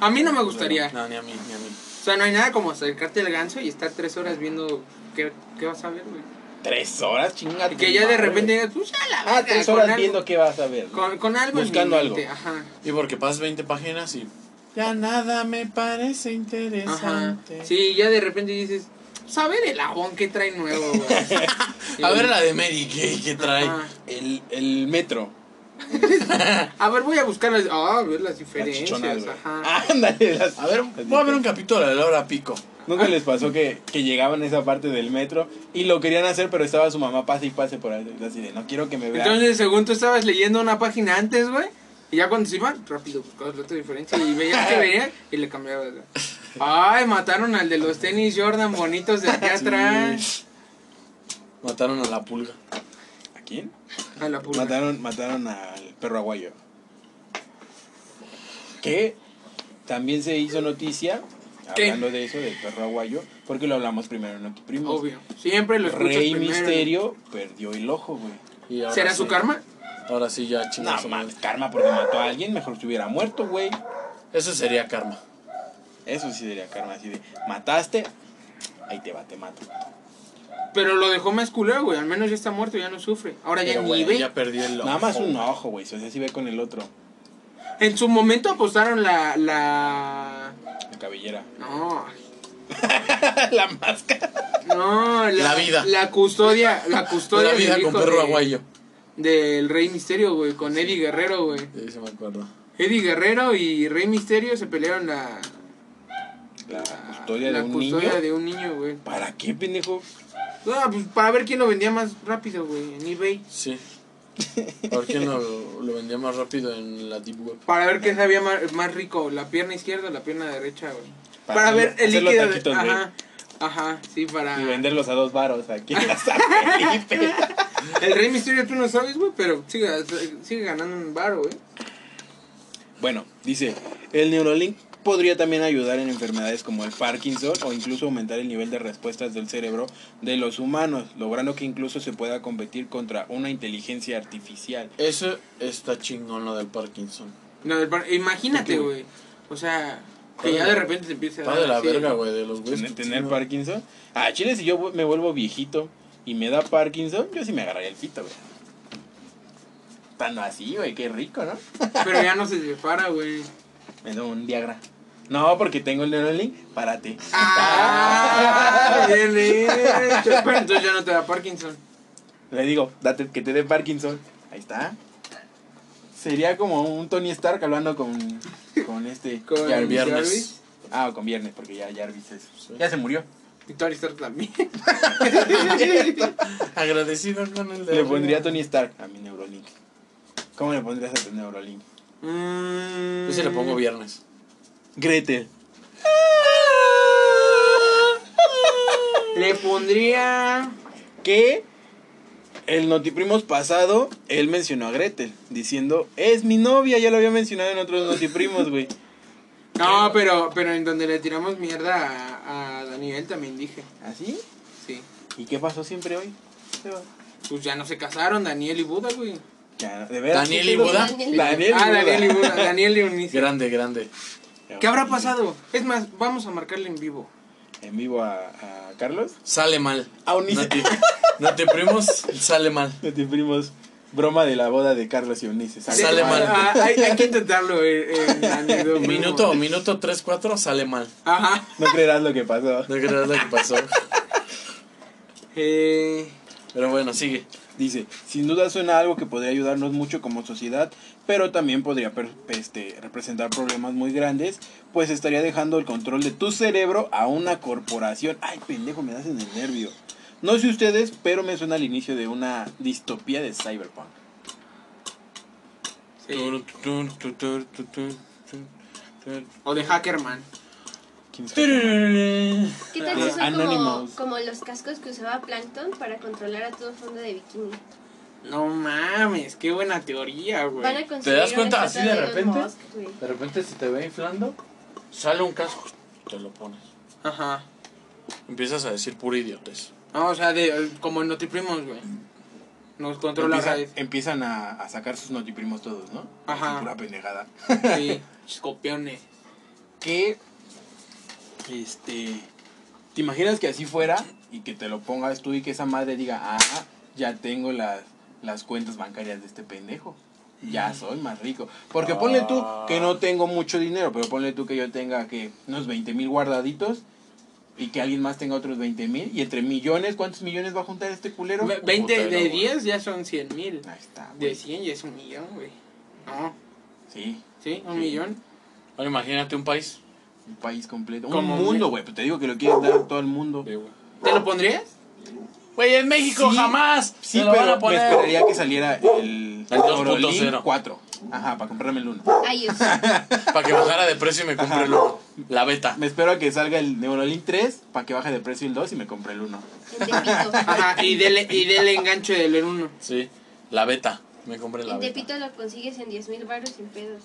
B: A mí no me gustaría.
C: No, ni a mí, ni a mí.
B: O sea, no hay nada como acercarte al ganso y estar tres horas viendo qué, qué vas a ver, güey.
A: Tres horas, chingada.
B: Y que ya de repente digas, pues ya la
A: Ah,
B: verga",
A: tres
B: con
A: horas
B: algo-
A: viendo qué vas a ver. ¿no?
B: Con, con algo en
A: Buscando
B: mi mente,
A: algo.
B: Ajá.
C: Y porque pasas 20 páginas y. Ya nada me parece
B: Ajá.
C: interesante.
B: Sí, ya de repente dices, pues a ver el abón que trae nuevo, güey. Sí.
C: A ver la de Mary Kay que trae.
B: Ajá.
A: El, el metro.
B: A ver, voy a buscar las, ah, a ver las
A: Las
B: diferencias,
A: chichonas, güey. Ah,
B: ajá.
A: Ándale, las-
C: A ver,
A: las
C: voy a ver un capítulo de la hora pico.
A: ¿Nunca les pasó que, que llegaban a esa parte del metro y lo querían hacer, pero estaba su mamá pase y pase por ahí? Así de, no quiero que me vean.
B: Entonces, según tú estabas leyendo una página antes, güey, y ya cuando se iban, rápido buscabas la otra diferencia y veías que venía y le cambiabas, güey. Ay, mataron al de los tenis Jordan bonitos de aquí atrás.
C: Mataron a la pulga.
A: ¿A quién?
B: A la pulga.
A: Mataron, mataron al perro aguayo. Que también se hizo noticia,
B: ¿Qué?
A: hablando de eso, del perro aguayo, porque lo hablamos primero en otro primo.
B: Obvio. Siempre lo escuchas
A: Rey
B: primero.
A: Misterio perdió el ojo, güey.
C: Y ahora
B: ¿Será
C: sí.
B: su karma?
C: Ahora sí, ya
A: No,
C: chingados.
A: mames, karma porque mató a alguien, mejor que hubiera muerto, güey.
C: Eso sería karma.
A: Eso sí sería karma, así de, mataste, ahí te va, te mato.
B: Pero lo dejó más culero, güey. Al menos ya está muerto, ya no sufre. Ahora ya
C: Pero,
B: ni
C: güey,
B: ve.
C: ya perdí el
A: Nada más
C: ojo.
A: un ojo, güey, o sea, si ve con el otro,
B: En su momento apostaron la. la...
A: la cabellera.
B: No.
C: la máscara.
B: No, la,
C: La vida.
B: La custodia, la custodia
C: La vida
B: del
C: con
B: hijo
C: perro
B: de-
C: aguayo.
B: del Rey Misterio, güey, con Eddie Guerrero, güey.
C: Sí, se me acuerdo.
B: Eddie Guerrero y Rey Misterio se pelearon la la
A: custodia de un
B: custodia
A: niño.
B: de un niño, güey.
A: ¿Para qué, pendejo?
B: Ah, pues para ver quién lo vendía más rápido, güey, en eBay.
C: Sí. ¿Por qué no lo, lo vendía más rápido en la Deep Web?
B: Para ver qué sabía más, más rico, la pierna izquierda o la pierna derecha, güey. Para,
A: Para
B: ver el
A: hacer los
B: líquido. de-
A: taquitos, güey.
B: ajá, ajá, sí, para.
A: Y venderlos a dos varos aquí en la San Felipe.
B: El Rey Misterio tú no sabes, güey, pero sigue, sigue ganando un bar, güey.
A: Bueno, dice, el Neurolink podría también ayudar en enfermedades como el Parkinson o incluso aumentar el nivel de respuestas del cerebro de los humanos, logrando que incluso se pueda competir contra una inteligencia artificial.
C: Eso está chingón lo del Parkinson.
B: No, el bar- imagínate,
A: Ok.
B: güey. O sea, que
C: Padre
B: ya
C: la-
B: de repente te empieza a
C: Está de la
B: así.
C: verga, güey, de los güeyes.
A: ¿Tener,
C: que
A: tener
C: chingan.
A: Parkinson? Ah, chile, si yo vu- me vuelvo viejito y me da Parkinson, yo sí me agarraría el pito, güey. Estando así, güey, qué rico, ¿no?
B: Pero ya no se separa, güey.
A: Me da un Viagra. No, porque tengo el Neurolink, párate.
B: Ah, bien hecho. Pero entonces ya no te da Parkinson.
A: Le digo, date que te dé Parkinson. Ahí está. Sería como un Tony Stark hablando con, con este.
B: Con
A: Jarvis.
C: viernes.
B: Jarvis
A: Ah, con Viernes, porque ya Jarvis es-
C: Sí.
A: ya se murió.
B: Y Tony Stark también.
C: Agradecido con el de.
A: Le
C: arriba.
A: pondría Tony Stark a mi Neurolink. ¿Cómo le pondrías a tu Neurolink?
B: Mm.
C: Yo sí le pongo viernes.
A: Gretel.
B: Le pondría.
A: Que el Notiprimos pasado, él mencionó a Gretel, diciendo, es mi novia, ya lo había mencionado en otros Notiprimos, güey.
B: No, pero, pero en donde le tiramos mierda a, a Daniel también dije.
A: ¿Así?
B: Sí.
A: ¿Y qué pasó siempre hoy?
B: Pues ya no se casaron, Daniel y Buda, güey.
A: Ya, de veras,
C: ¿Daniel
A: ¿qué
C: y
A: pedo?
C: Buda?
A: Daniel y
B: ah, Daniel y
A: Buda.
B: Buda. Daniel y Eunice.
C: Grande, grande.
B: ¿Qué habrá pasado? Es más, vamos a marcarle en vivo.
A: En vivo a, a Carlos.
C: Sale mal.
A: A Eunice.
C: No te, no te primos, sale mal.
A: Notiprimos, broma de la boda de Carlos y Eunice.
C: Sale
B: Ah,
C: mal.
B: ah, hay, hay que intentarlo eh, en la anécdota.
C: Minuto, minuto 3-4, sale mal.
B: Ajá.
A: No creerás lo que pasó.
C: No creas lo que pasó.
B: Eh,
C: Pero bueno, sigue.
A: Dice, sin duda suena a algo que podría ayudarnos mucho como sociedad, pero también podría per- este, representar problemas muy grandes, pues estaría dejando el control de tu cerebro a una corporación. Ay, pendejo, me das en el nervio. No sé ustedes, pero me suena al inicio de una distopía de Cyberpunk.
B: sí. O de Hackerman.
A: ¿Quién sabe?
C: Pero
D: ¿Qué tal
A: Ah,
D: si son como,
A: Anonymous.
D: como los cascos que usaba Plankton para controlar a todo fondo de bikini?
B: No mames, qué buena teoría,
D: Van a
B: güey.
D: conseguir
C: das
D: una
C: cuenta
D: estatua
C: así de
D: Elon
C: repente?
D: Musk, güey.
C: de repente se te ve inflando, sale un casco, te lo pones.
B: Ajá.
C: Empiezas a decir pura idiotez.
B: No, o sea, de, como en Notiprimos, güey. Nos controla
A: Empieza-
B: redes.
A: empiezan a, a sacar sus notiprimos todos, ¿no?
B: Ajá.
A: Así, Pura pendejada.
B: Sí, escopiones.
A: que este te imaginas que así fuera y que te lo pongas tú y que esa madre diga ah ya tengo las las cuentas bancarias de este pendejo ya soy más rico porque ponle tú que no tengo mucho dinero pero ponle tú que yo tenga que unos 20 mil guardaditos y que alguien más tenga otros 20 mil y entre millones cuántos millones va a juntar este culero
B: Ve- 20
C: putero,
B: de
C: güey.
B: 10 ya son 100 mil.
A: ahí está güey.
B: De 100 ya es un millón, güey. No,
A: sí
B: sí, un
A: Sí.
B: millón.
C: Ahora imagínate un país.
A: un país completo
B: Como
A: un mundo güey pues te digo que lo quieren dar a todo el mundo
B: ¿Te lo pondrías?
C: Güey, en México
A: Sí,
C: jamás.
A: Sí,
C: te lo van
A: pero
C: a
A: me
C: poner.
A: esperaría que saliera el,
C: El 2.0.
A: Neurolink 4. Ajá, para comprarme el 1.
D: Ay, yo
C: Para que bajara de precio y me compre el uno. La beta.
A: Me espero a que salga el Neurolink 3 para que baje de precio el 2 y me compre el 1.
D: en Tepito.
B: Ajá, y dele, y dele enganche del en uno.
C: Sí, la beta. Me compré la
D: En
C: beta.
D: Tepito lo consigues en 10 mil baros sin pedos.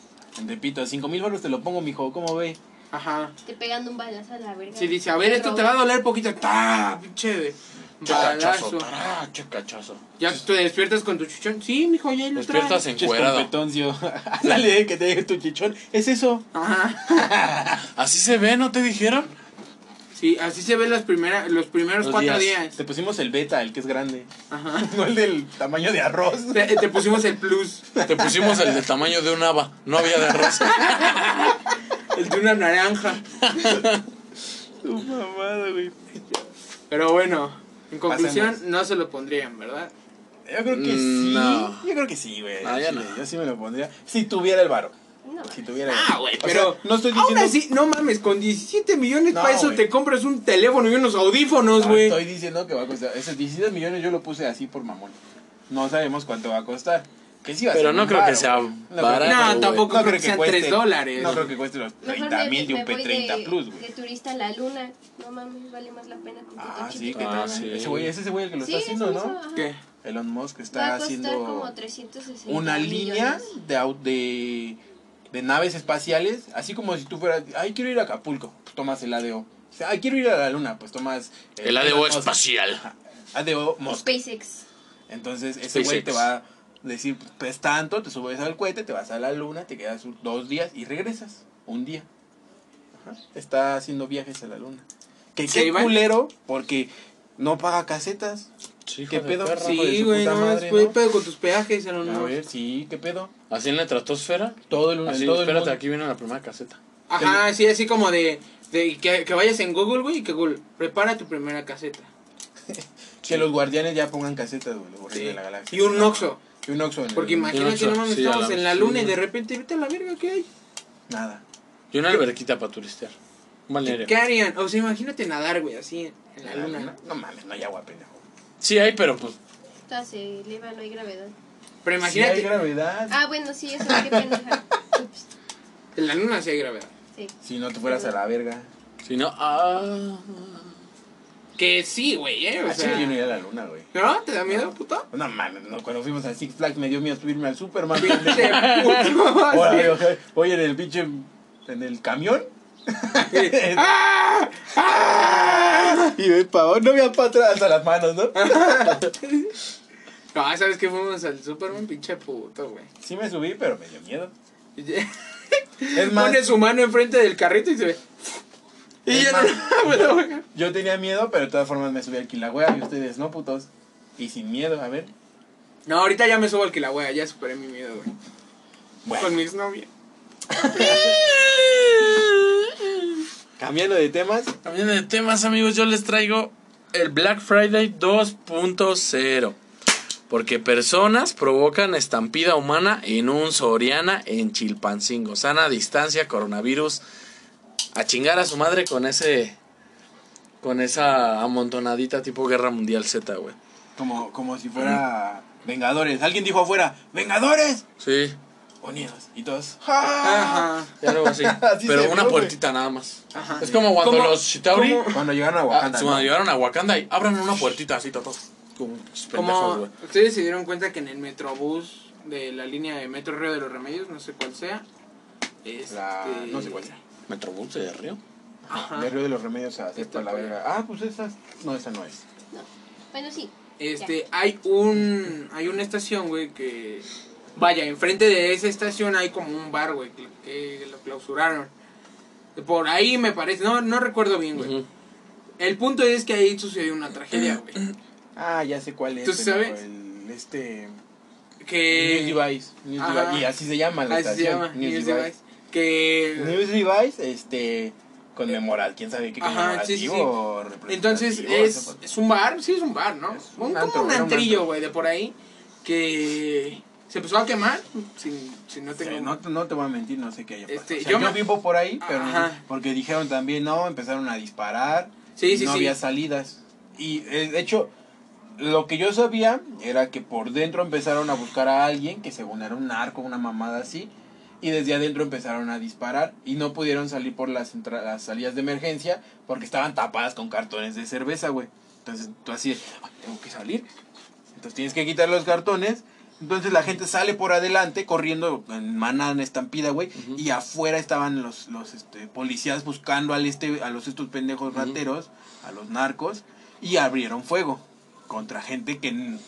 A: Repito, a 5 mil baros te lo pongo, mijo. ¿Cómo ve?
B: Ajá.
D: Te pegando un balazo a la verga.
B: Si dice, a ver, esto te va a doler poquito. ¡Ta! Pinche
C: Chocachazo,
B: balazo.
C: tará, chocachazo.
B: Ya te despiertas con tu chichón. Sí, mijo, ya ahí lo traes.
C: Despiertas encuerado.
A: Competoncio. Dale, que te deje tu chichón. Es eso.
B: Ajá.
C: Así se ve, ¿no te dijeron?
B: Sí, así se ven las primeras, los primeros
C: Los
B: cuatro
C: días.
B: días.
A: Te pusimos el beta, el que es grande.
B: Ajá.
A: No el del tamaño de arroz.
B: Te, te pusimos el plus.
C: Te pusimos el de tamaño de un haba. No había de rosa.
B: El de una naranja.
A: Tu mamada, güey.
B: Pero bueno, en conclusión,
A: Pasemos.
B: no se lo pondrían, ¿verdad?
A: Yo creo que sí.
C: No.
A: Yo creo que sí, güey.
C: No,
A: al
C: ya
A: chile,
C: no.
A: Yo sí me lo pondría. Si tuviera el varo.
D: No.
A: Si tuviera el
B: Ah,
A: varo.
B: güey,
A: O
B: pero
A: sea, no estoy diciendo.
B: Ahora sí, no mames, con 17 millones
A: No,
B: para eso
A: güey.
B: te compras un teléfono y unos audífonos,
A: No,
B: güey.
A: Ah, estoy diciendo que va a costar. Esos 17 millones yo lo puse así por mamón. No sabemos cuánto va a costar. Que sí va a
C: Pero
A: ser
C: no
A: un
C: creo que
A: varo,
C: sea
A: güey. creo
C: barato,
A: que-
C: No, güey.
B: tampoco creo que sean
A: cueste-
B: tres dólares.
A: No creo que cueste los
D: Mejor
A: 30
D: me-
A: mil de
D: me
A: un
D: voy
A: P30
D: de-
A: Plus,
D: De
A: güey.
D: turista a la luna. No mames, vale más la pena con
A: Ah, sí,
D: chiquito.
A: que
C: Ah,
A: tal.
C: sí.
A: Ese güey, es ese güey el que lo está haciendo, ¿no?
B: ¿Qué?
A: Elon Musk
D: Va
A: está
D: a costar como
A: haciendo
D: 360
A: una línea
D: millones. Pues
A: de, au- de, de naves espaciales, así como si tú fueras, ay, quiero ir a Acapulco, pues tomas el ADO. O sea, ay, quiero ir a la luna, pues tomas eh,
C: El ADO
A: Elon Musk.
C: espacial.
A: Ajá, ADO Musk.
D: SpaceX.
A: Entonces, ese güey
C: SpaceX.
A: te va a decir, pues tanto, te subes al cohete, te vas a la luna, te quedas un- dos días y regresas, un día. Ajá, Está haciendo viajes a la luna. Que
B: ¿Se
A: qué
B: iban?
A: culero, porque no paga casetas.
C: Sí,
A: ¿Qué
C: hijo de
A: pedo?
C: perra.
A: hijo de
B: Sí,
A: su
B: güey,
A: puta
B: no mames,
A: madre,
B: fue
A: ¿no?
B: pedo con tus peajes, Elon
A: A
B: Musk.
A: ver, sí, qué pedo.
C: ¿Así en la estratosfera?
A: Todo el,
B: Ah,
C: Así,
A: todo el
C: espérate,
A: mundo-
C: aquí viene la primera caseta.
B: Ajá, sí, así como de, de que, que vayas en Google, güey, y que Google, prepara tu primera caseta.
A: Que los guardianes ya pongan casetas, güey, los guardianes de la galaxia.
B: Y un Noxo.
A: Y un Oxxo. en el-
B: Porque imagínate,
C: Oxxo,
B: no mames,
C: sí, a la
B: estamos en la
C: sí,
B: luna y
C: güey.
B: de repente, vete a la verga, ¿qué hay?
A: Nada.
C: Y una alberquita para turistear. Un balneario.
B: ¿Qué harían? O sea, imagínate nadar, güey, así en la luna.
A: No mames, no hay agua, pendejo.
C: Sí, hay, pero pues.
D: Todas se elevan, no hay gravedad.
B: Pero
A: Sí hay
B: imagínate,
A: gravedad.
D: Ah, bueno, sí, eso, qué pendeja. Ups,
B: en la luna sí hay gravedad.
D: sí.
A: Si no te fueras a la verga.
C: Si no. Ah,
B: Que sí, güey, ¿eh? O
A: Así
B: sea,
A: yo no iría a la luna, güey.
B: ¿No? ¿Te da miedo, puto?
A: Ah, No mames, no, cuando fuimos a Six Flags me dio miedo subirme al Superman.
B: Pinche puto, así.
A: Oye, oye, oye, en el pinche. en el camión.
B: ¡Ah! ¡Ah!
A: Y de pavón, no veas para atrás hasta las manos, ¿no?
B: No, ¿sabes qué? Fuimos al Superman, pinche puto, güey.
A: Sí me subí, pero me dio miedo.
B: Es
A: Es
B: más,
A: más-
B: pone su mano enfrente del carrito y se ve. Y
A: Es
B: ya
A: más-
B: no me lo voy
A: Yo tenía miedo, pero de todas formas me subí al Kilauea y ustedes no, putos. Y sin miedo, a ver.
B: No, ahorita ya me subo al que la wea, ya superé mi miedo, güey. Con mi exnovia.
A: Cambiando de temas,
C: Cambiando de temas, amigos, yo les traigo el Black Friday 2.0. Porque personas provocan estampida humana en un Soriana en Chilpancingo. Sana distancia, coronavirus. A chingar a su madre con ese. Con esa amontonadita tipo Guerra Mundial Z, güey.
A: como, como si fuera Vengadores. Alguien dijo afuera, ¡Vengadores!
C: Sí,
A: Unidos. Y todos. ¡ah!
B: Ajá.
C: ya algo así.
A: Así
C: Pero
A: se
C: una
A: vio, güey.
C: puertita nada más.
B: Ajá.
C: Es como cuando
B: Ah, ¿Cómo-
C: los Shitauri.
B: cómo-
A: Cuando llegaron a
C: ah,
A: Wakanda.
C: se
A: ¿no?
C: cuando llegaron a Wakanda y abran una puertita así, todos. Como pues, pendejos,
B: Como
C: güey.
B: ustedes se dieron cuenta que en el metrobús de la línea de Metro Río de los Remedios, no sé cuál sea. Este...
A: La- no sé cuál sea.
C: Metrobús de Río.
B: Ajá.
A: De Río de los Remedios a hacer
B: Esta
A: para la
B: fue.
A: verga. Ah, pues esa. No, esa no es.
D: Bueno, sí.
B: Este, hay un hay una estación, güey, que vaya, enfrente de esa estación hay como un bar, güey, que, que lo clausuraron. Por ahí me parece, no no recuerdo bien, güey.
C: Ujú.
B: El punto es que ahí sucedió una tragedia, güey.
A: Ah, ya sé cuál es.
B: ¿Tú
A: pendejo,
B: sabes?
A: El, este. News
B: Que
A: Device. News
B: Eh, ajá.
A: Device. Y así se llama la
B: así se
A: estación.
B: llama,
A: News,
B: News
A: Device.
B: Device. Que
A: News Device, este. Conmemoral. ¿Quién sabe qué
B: Ajá,
A: conmemorativo
B: sí, sí, sí.
A: o representativo,
B: Entonces
A: esa
B: es, este,
A: cosa.
B: es un bar, sí es un bar, ¿no?
A: Es
B: un,
A: un
B: como
A: antro,
B: un
A: era un
B: antrillo,
A: antro.
B: güey, de por ahí, que se empezó a quemar, si, si no tengo...
A: Sí, no, te- no te voy a mentir, no sé qué haya pasado.
B: Este,
A: O sea,
B: yo
A: yo,
B: me-
A: vivo por ahí, pero no sé,
B: Ajá.
A: porque dijeron también, no, empezaron a disparar,
B: Sí, sí,
A: no
B: sí.
A: había salidas. Y eh, de hecho, lo que yo sabía era que por dentro empezaron a buscar a alguien que según era un narco, una mamada así, y desde adentro empezaron a disparar y no pudieron salir por las, entra- las salidas de emergencia porque estaban tapadas con cartones de cerveza, güey. Entonces tú así, de, "Ay, tengo que salir. Entonces tienes que quitar los cartones. Entonces la gente sale por adelante corriendo en manada, en estampida, güey.
C: Ujú.
A: Y afuera estaban los, los este, policías buscando al este, a los estos pendejos
C: Ujú.
A: rateros, a los narcos. Y abrieron fuego contra gente que... n-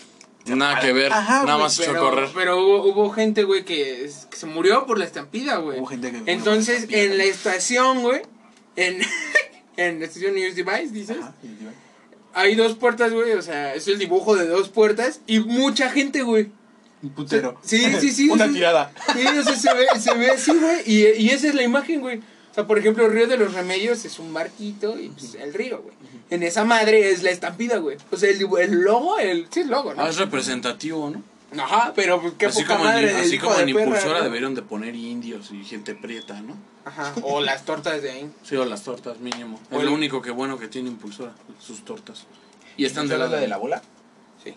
C: Nada que ver,
A: Ajá,
C: nada
A: güey,
C: más echó a
B: Pero,
C: correr.
B: pero hubo, hubo gente, güey, que, es- que se murió por la estampida, güey.
A: Hubo gente que murió
B: Entonces,
A: por la estampida.
B: en la estación, güey, en, en la estación News Device, dices,
A: Ajá, y yo-
B: hay dos puertas, güey, o sea, es el dibujo de dos puertas y mucha gente, güey.
A: Un putero.
B: Sí, sí, sí,
A: Una
B: sí.
A: tirada.
B: Sí, o sea, se ve, se ve así, güey, y, y esa es la imagen, güey. O sea, por ejemplo, el Río de los Remedios es un barquito y pues, el río, güey. En esa madre es la estampida, güey. O sea, el, el logo, el, sí, el logo, ¿no?
C: Ah, es representativo, ¿no?
B: Ajá, pero pues, qué
C: así
B: poca
C: como,
B: madre.
C: en,
B: del
C: así
B: hijo
C: como
B: de
C: en
B: perra,
C: impulsora
B: ¿no?
C: debieron de poner indios y gente prieta, ¿no? Pues
B: Ajá, o las tortas de ahí.
C: Sí, o las tortas mínimo.
B: O
C: es
B: el-
C: lo único que bueno que tiene impulsora, sus tortas. Y están de
A: ¿Estás
C: lado.
A: hablando de la bola?
B: Sí.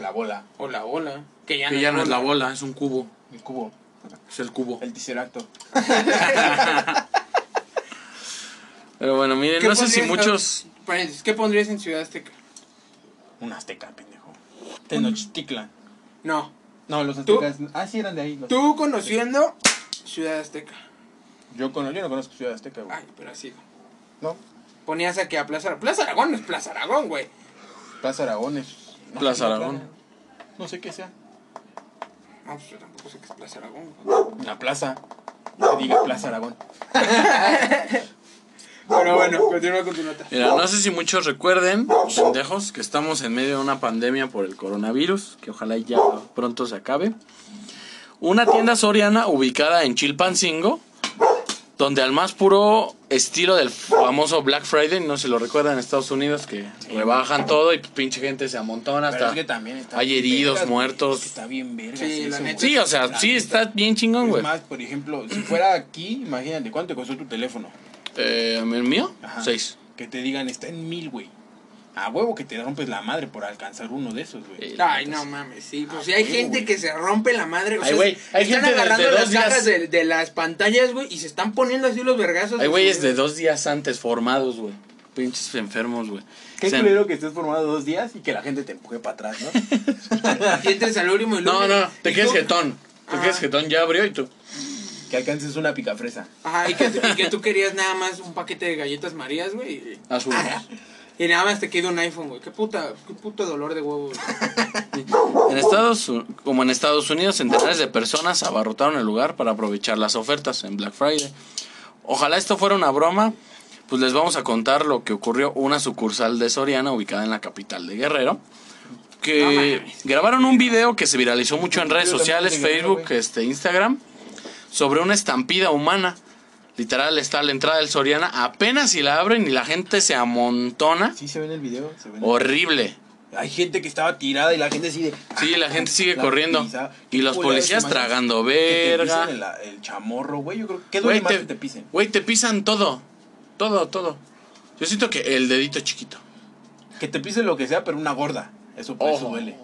A: La bola,
B: O la ola. Que ya,
C: Que ya no es la bola, es un cubo.
A: el cubo,
C: Es el cubo.
A: el ticeracto.
C: Pero bueno, miren,
B: ¿Qué
C: no sé si
B: pondrías-
C: muchos.
B: Paréntesis, Pues, ¿Qué pondrías en Ciudad Azteca?
A: Un azteca, pendejo. Tenochtitlan.
B: No.
A: No, los
B: ¿Tú?
A: aztecas. Ah, sí, eran de ahí. los-
B: Tú conociendo Ciudad Azteca.
A: Yo, cono- yo no conozco Ciudad Azteca, güey.
B: Ay, pero así. güey.
A: No,
B: Ponías aquí a Plaza Aragón. Plaza Aragón no es Plaza Aragón, güey.
A: Plaza Aragón es. no
C: Plaza
A: sé,
C: Aragón.
A: Plaza- No sé qué sea.
B: No, pues yo tampoco sé qué es Plaza Aragón. güey.
A: La plaza. No se diga Plaza Aragón.
B: Pero bueno, continúa con tu nota.
C: Mira, no sé si muchos recuerden, pendejos, que estamos en medio de una pandemia por el coronavirus, que ojalá ya pronto se acabe. Una tienda soriana ubicada en Chilpancingo, donde al más puro estilo del famoso Black Friday, no sé si lo recuerdan en Estados Unidos, que rebajan todo y pinche gente se amontona
A: Pero
C: hasta...
A: es que también está
C: hay
A: bien
C: heridos,
A: vergas, güey.
C: muertos.
A: Es que está bien vergas.
B: Sí, la
A: eso,
B: neta.
A: güey.
C: Sí, o sea,
A: La
C: sí,
A: neta.
C: está bien chingón,
A: Es
C: güey.
A: más, por ejemplo, si fuera aquí, imagínate, ¿cuánto te costó tu teléfono?
C: Eh, ¿El mío?
A: Ajá.
C: Seis.
A: Que te digan, está en mil, güey. A huevo que te rompes la madre por alcanzar uno de esos, güey.
C: Eh,
B: Ay, no mames, sí. Pues si hay
A: güey,
B: gente
A: güey.
B: que se rompe la madre. O
C: Ay,
B: sea,
C: güey, hay
B: están
C: gente desde
B: agarrando
C: dos
B: las cajas
C: días.
B: de, de las pantallas, güey, y se están poniendo así los vergazos.
C: Hay güeyes de dos días antes formados, güey. Pinches enfermos, güey.
A: Qué
C: O sea,
A: culero que estés formado dos días y que la gente te empuje para atrás, ¿no?
B: Y entres al último y
C: No,
B: lunes.
C: no, te
B: Y
C: quedas
B: tú-
C: jetón. Te
B: Ajá.
C: quedas jetón, ya abrió y tú.
A: que alcances una picafresa.
B: Ajá, y que, y que tú querías nada más un paquete de galletas marías, güey. y-
C: Azul.
B: Y nada más te queda un iPhone, güey. Qué puta, qué puto dolor de huevo. güey.
C: En Estados, U- como en Estados Unidos, centenares de personas abarrotaron el lugar para aprovechar las ofertas en Black Friday. Ojalá esto fuera una broma, pues les vamos a contar lo que ocurrió una sucursal de Soriana ubicada en la capital de Guerrero. Que
B: No mames.
C: grabaron un video que se viralizó mucho en redes
A: Yo también
C: sociales,
A: soy de Guerrero,
C: Facebook,
A: güey.
C: este, Instagram, sobre una estampida humana. Literal está a la entrada del Soriana, apenas si la abren y la gente se amontona.
A: Sí se ve en el video, se
C: Oh,
A: ve en el-
C: Horrible.
A: Hay gente que estaba tirada y la gente sigue.
C: Sí, la gente sigue
A: La
C: corriendo.
A: pisa.
C: Y los
A: Qué culeros,
C: policías
A: ¿te imaginas?
C: tragando
A: Que te
C: verga.
A: pisen el, el chamorro, güey. Yo creo que. ¿Qué duele
C: Güey,
A: más
C: te,
A: que te pisen?
C: güey, te pisan todo. Todo, todo. Yo siento que el dedito chiquito.
A: Que te pisen lo que sea, pero una gorda. Eso,
C: Ojo.
A: eso duele.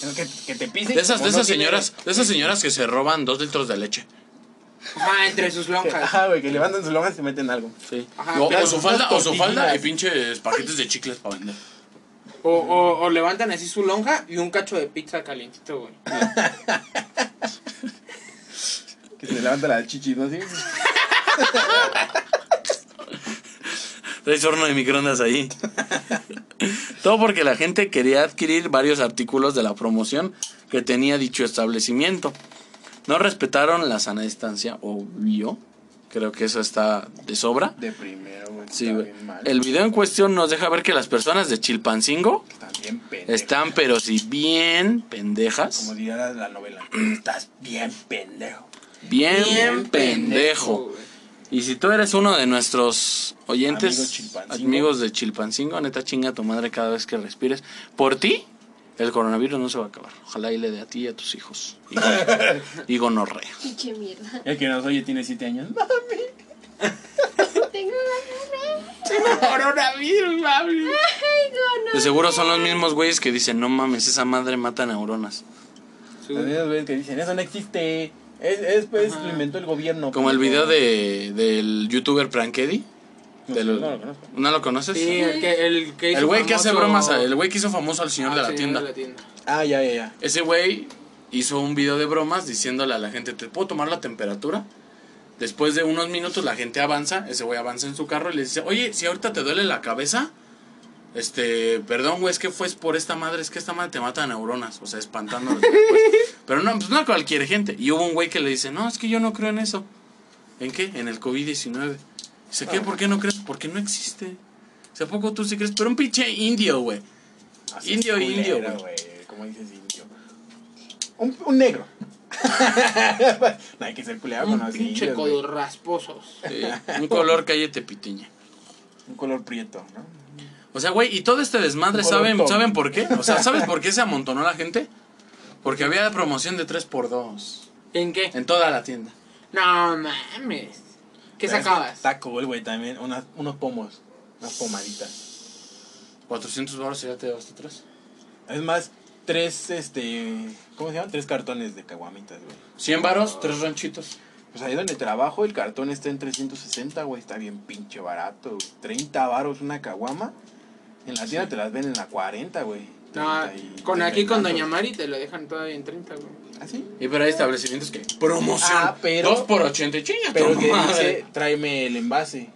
A: Pero Que, que te pisen.
C: De esas,
A: como
C: de
A: no
C: esas
A: tiene-
C: señoras, de esas señoras que se roban dos litros de leche.
B: Ajá, entre sus
A: Que,
B: lonjas.
A: ajá, güey, que levantan su lonja y se meten algo.
C: Sí.
B: Ajá,
C: o,
B: pero
C: o su
A: unas
C: falda, o su
A: tortillas.
C: falda y pinches paquetes de chicles para vender.
B: O, o, o levantan así su lonja y un cacho de pizza calientito, güey.
A: Que se levanta la chichi, ¿no? Así.
C: Traes horno de microondas ahí. Todo porque la gente quería adquirir varios artículos de la promoción que tenía dicho establecimiento. No respetaron la sana distancia, obvio. Creo que eso está de sobra.
A: De primero, güey.
C: Sí,
A: está
C: güey.
A: bien mal.
C: El video en cuestión nos deja ver que las personas de Chilpancingo
A: Están bien pendejos.
C: están, pero si bien
A: Como
C: pendejas,
A: diría la, la novela. Estás bien pendejo.
C: bien,
B: Bien
C: pendejo.
B: güey.
C: Y si tú eres uno de nuestros
A: Amigos
C: oyentes,
A: Chilpancingo.
C: amigos de Chilpancingo, neta chinga a tu madre cada vez que respires. Por ti, el coronavirus no se va a acabar. Ojalá y le dé a ti y a tus hijos. Y gon- Y gonorrea.
D: Pinche mierda.
A: El que nos oye tiene siete años.
D: Tengo ganas de-
B: Tengo coronavirus, mami.
D: Ay, no,
C: De seguro son los mismos güeyes que dicen, no mames, esa madre mata neuronas.
B: Su-
A: Los mismos güeyes que dicen, eso no existe. Es, es, pues,
B: Ajá.
A: lo inventó el gobierno. pues,
C: Como el video de, del youtuber Prankedy.
A: No,
C: de
A: sé,
C: los-
A: no lo conozco.
C: ¿No lo conoces?
B: Sí, el que, el que hizo
C: El güey que hace
B: famoso-
C: bromas, a- el güey que hizo famoso al señor
B: Ah,
C: de la
B: señor
C: tienda.
A: Ah, ya, ya, ya.
C: Ese güey hizo un video de bromas diciéndole a la gente, ¿te puedo tomar la temperatura? Después de unos minutos la gente avanza, ese güey avanza en su carro y le dice, oye, si ahorita te duele la cabeza, este, perdón, güey, es que fue por esta madre, es que esta madre te mata neuronas, o sea, espantándolos. Pero no, pues no a cualquier gente. Y hubo un güey que le dice, no, es que yo no creo en eso. ¿En qué? En el COVID-19. Dice, ¿qué? ¿Por qué no crees? Porque no existe. O sea, ¿a poco tú sí crees? Pero un pinche indio, güey.
A: Así
C: Indio,
A: es culero,
C: indio,
A: güey. ¿Cómo dices indio? Un, un negro. no hay que ser culeado con
B: Un
A: los
B: pinche
A: niños,
B: codo
A: güey.
B: rasposos.
C: Sí, Eh, un color cállate pitiña.
A: Un color prieto, ¿no?
C: O sea, güey, y todo este desmadre,
A: Un color
C: ¿saben,
A: tom.
C: ¿saben por qué? O sea, ¿sabes por qué se amontonó la gente? Porque había promoción de 3x2
B: ¿En qué?
C: en toda la tienda.
B: No mames. ¿Qué
A: Pero es
B: sacabas?
A: Está cool, güey, también. Unas, unos pomos. Unas pomaditas.
C: 400 baros y ya te llevaste 3.
A: Es más, tres, este... ¿Cómo se llama? Tres cartones de caguamitas, güey.
C: 100 baros, 3 ranchitos.
A: Pues ahí donde trabajo, el cartón está en 360, güey. Está bien pinche barato. güey. 30 varos una caguama. En la tienda te las ven en la 40, güey.
B: No,
A: 30 y-
B: con
A: 30
B: aquí
A: y
B: con
A: tantos.
B: Doña Mari te lo dejan todavía en 30, güey.
A: ¿Ah, sí?
C: Y pero hay establecimientos que promoción.
A: Ah, pero-
C: 2 por 80 y chinga,
A: Pero
C: tu
A: te
C: madre.
A: dice, tráeme el envase.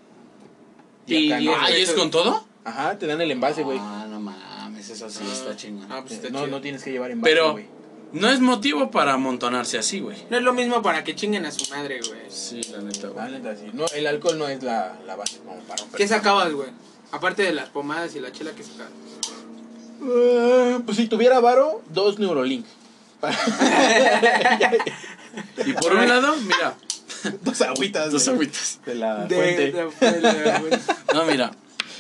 B: Y-
A: Y acá no.
C: Ah, ¿y es con todo?
A: Ajá, te dan el envase, güey. Eh,
C: Ah, no mames, eso sí está chingón.
B: Ah, pues está
A: No,
B: chido.
A: no tienes que llevar envase,
C: Pero
A: güey.
C: no es motivo para amontonarse así, güey.
B: No es lo mismo para que chinguen a su madre, güey.
C: Sí, la neta,
A: La
C: güey.
A: neta, sí. No, el alcohol no es la, la base como para romper.
B: ¿Qué sacabas, güey? Aparte de las pomadas y la chela que sacabas.
A: Eh, pues si tuviera varo, dos Neurolink.
C: Y por un lado, mira,
A: dos agüitas.
C: dos
A: de-
C: agüitas.
A: De la
B: De,
A: fuente.
B: de- de- güey.
C: No, mira.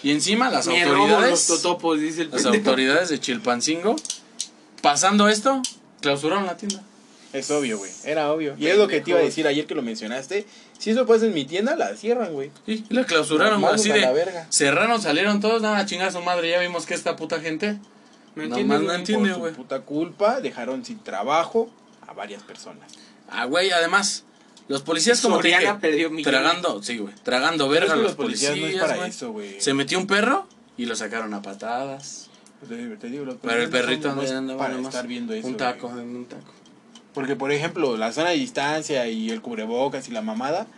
C: Y encima las
B: Me robo los
C: autoridades.
B: totopos, dice el
C: Las
B: pendejo.
C: autoridades de Chilpancingo, pasando esto, clausuraron la tienda.
A: Es obvio, güey. Era obvio. Y es lo que te iba a decir ayer que lo mencionaste. Si eso pasa en mi tienda, la cierran, güey.
C: Y la clausuraron,
A: Nos
C: güey,
A: mandan
C: así
A: a la
C: de.
A: verga.
C: Cerraron, salieron todos, nada, chingar a su madre. Ya vimos que esta puta gente.
B: ¿Me
C: Nomás
B: entiendes,
C: no
B: güey?
C: entiendo. Entiende,
A: Por su
C: güey.
A: puta culpa, dejaron sin trabajo a varias personas.
C: Ah, güey, además, los policías, como te
B: Soriana
C: dije,
B: perdió millones.
C: Tragando, sí, güey. Tragando verga
A: Pero
C: a
A: es que
C: los policías.
A: no es para
C: güey.
A: eso, güey.
C: Se metió un perro y lo sacaron a patadas.
A: Te digo, te digo, los
C: Pero el
A: policías Pues no
C: perrito
A: son nomás
C: andaba andaba
A: para
C: nada más
A: estar viendo eso.
C: Un taco,
A: güey.
C: en un taco.
A: Porque, por ejemplo, la sana distancia y el cubrebocas y la mamada,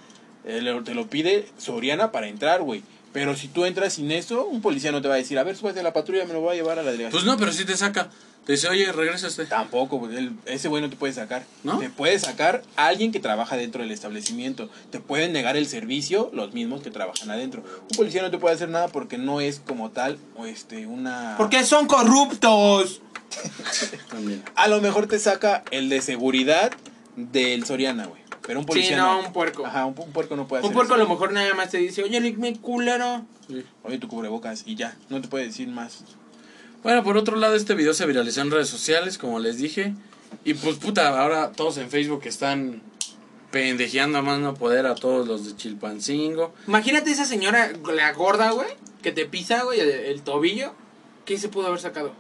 A: eh, lo- te lo pide Soriana para entrar, güey. Pero si tú entras sin eso, un policía no te va a decir, a ver, súbete a la patrulla, me lo voy a llevar a la delegación.
C: Pues no, pero sí te saca. Te dice, oye, regresa este.
A: Tampoco, güey, el- ese güey no te puede sacar.
C: ¿No?
A: Te puede sacar alguien que trabaja dentro del establecimiento. Te pueden negar el servicio los mismos que trabajan adentro. Un policía no te puede hacer nada porque no es como tal o este, una...
B: Porque son corruptos.
C: También.
A: A lo mejor te saca el de seguridad del Soriana, güey. Pero un policía
B: no, un puerco.
A: Ajá, un, pu- un puerco no puede hacer
B: Un puerco a
A: eso.
B: lo mejor nada más te dice, oye, Lick, mi culero.
C: Sí.
A: Oye, tu cubrebocas y ya. No te puede decir más.
C: Bueno, por otro lado, este video se viralizó en redes sociales, como les dije. Y pues puta, ahora todos en Facebook están pendejeando a más no poder a todos los de Chilpancingo.
B: Imagínate esa señora, la gorda, güey, que te pisa, güey, el, el tobillo. ¿Qué se pudo haber sacado?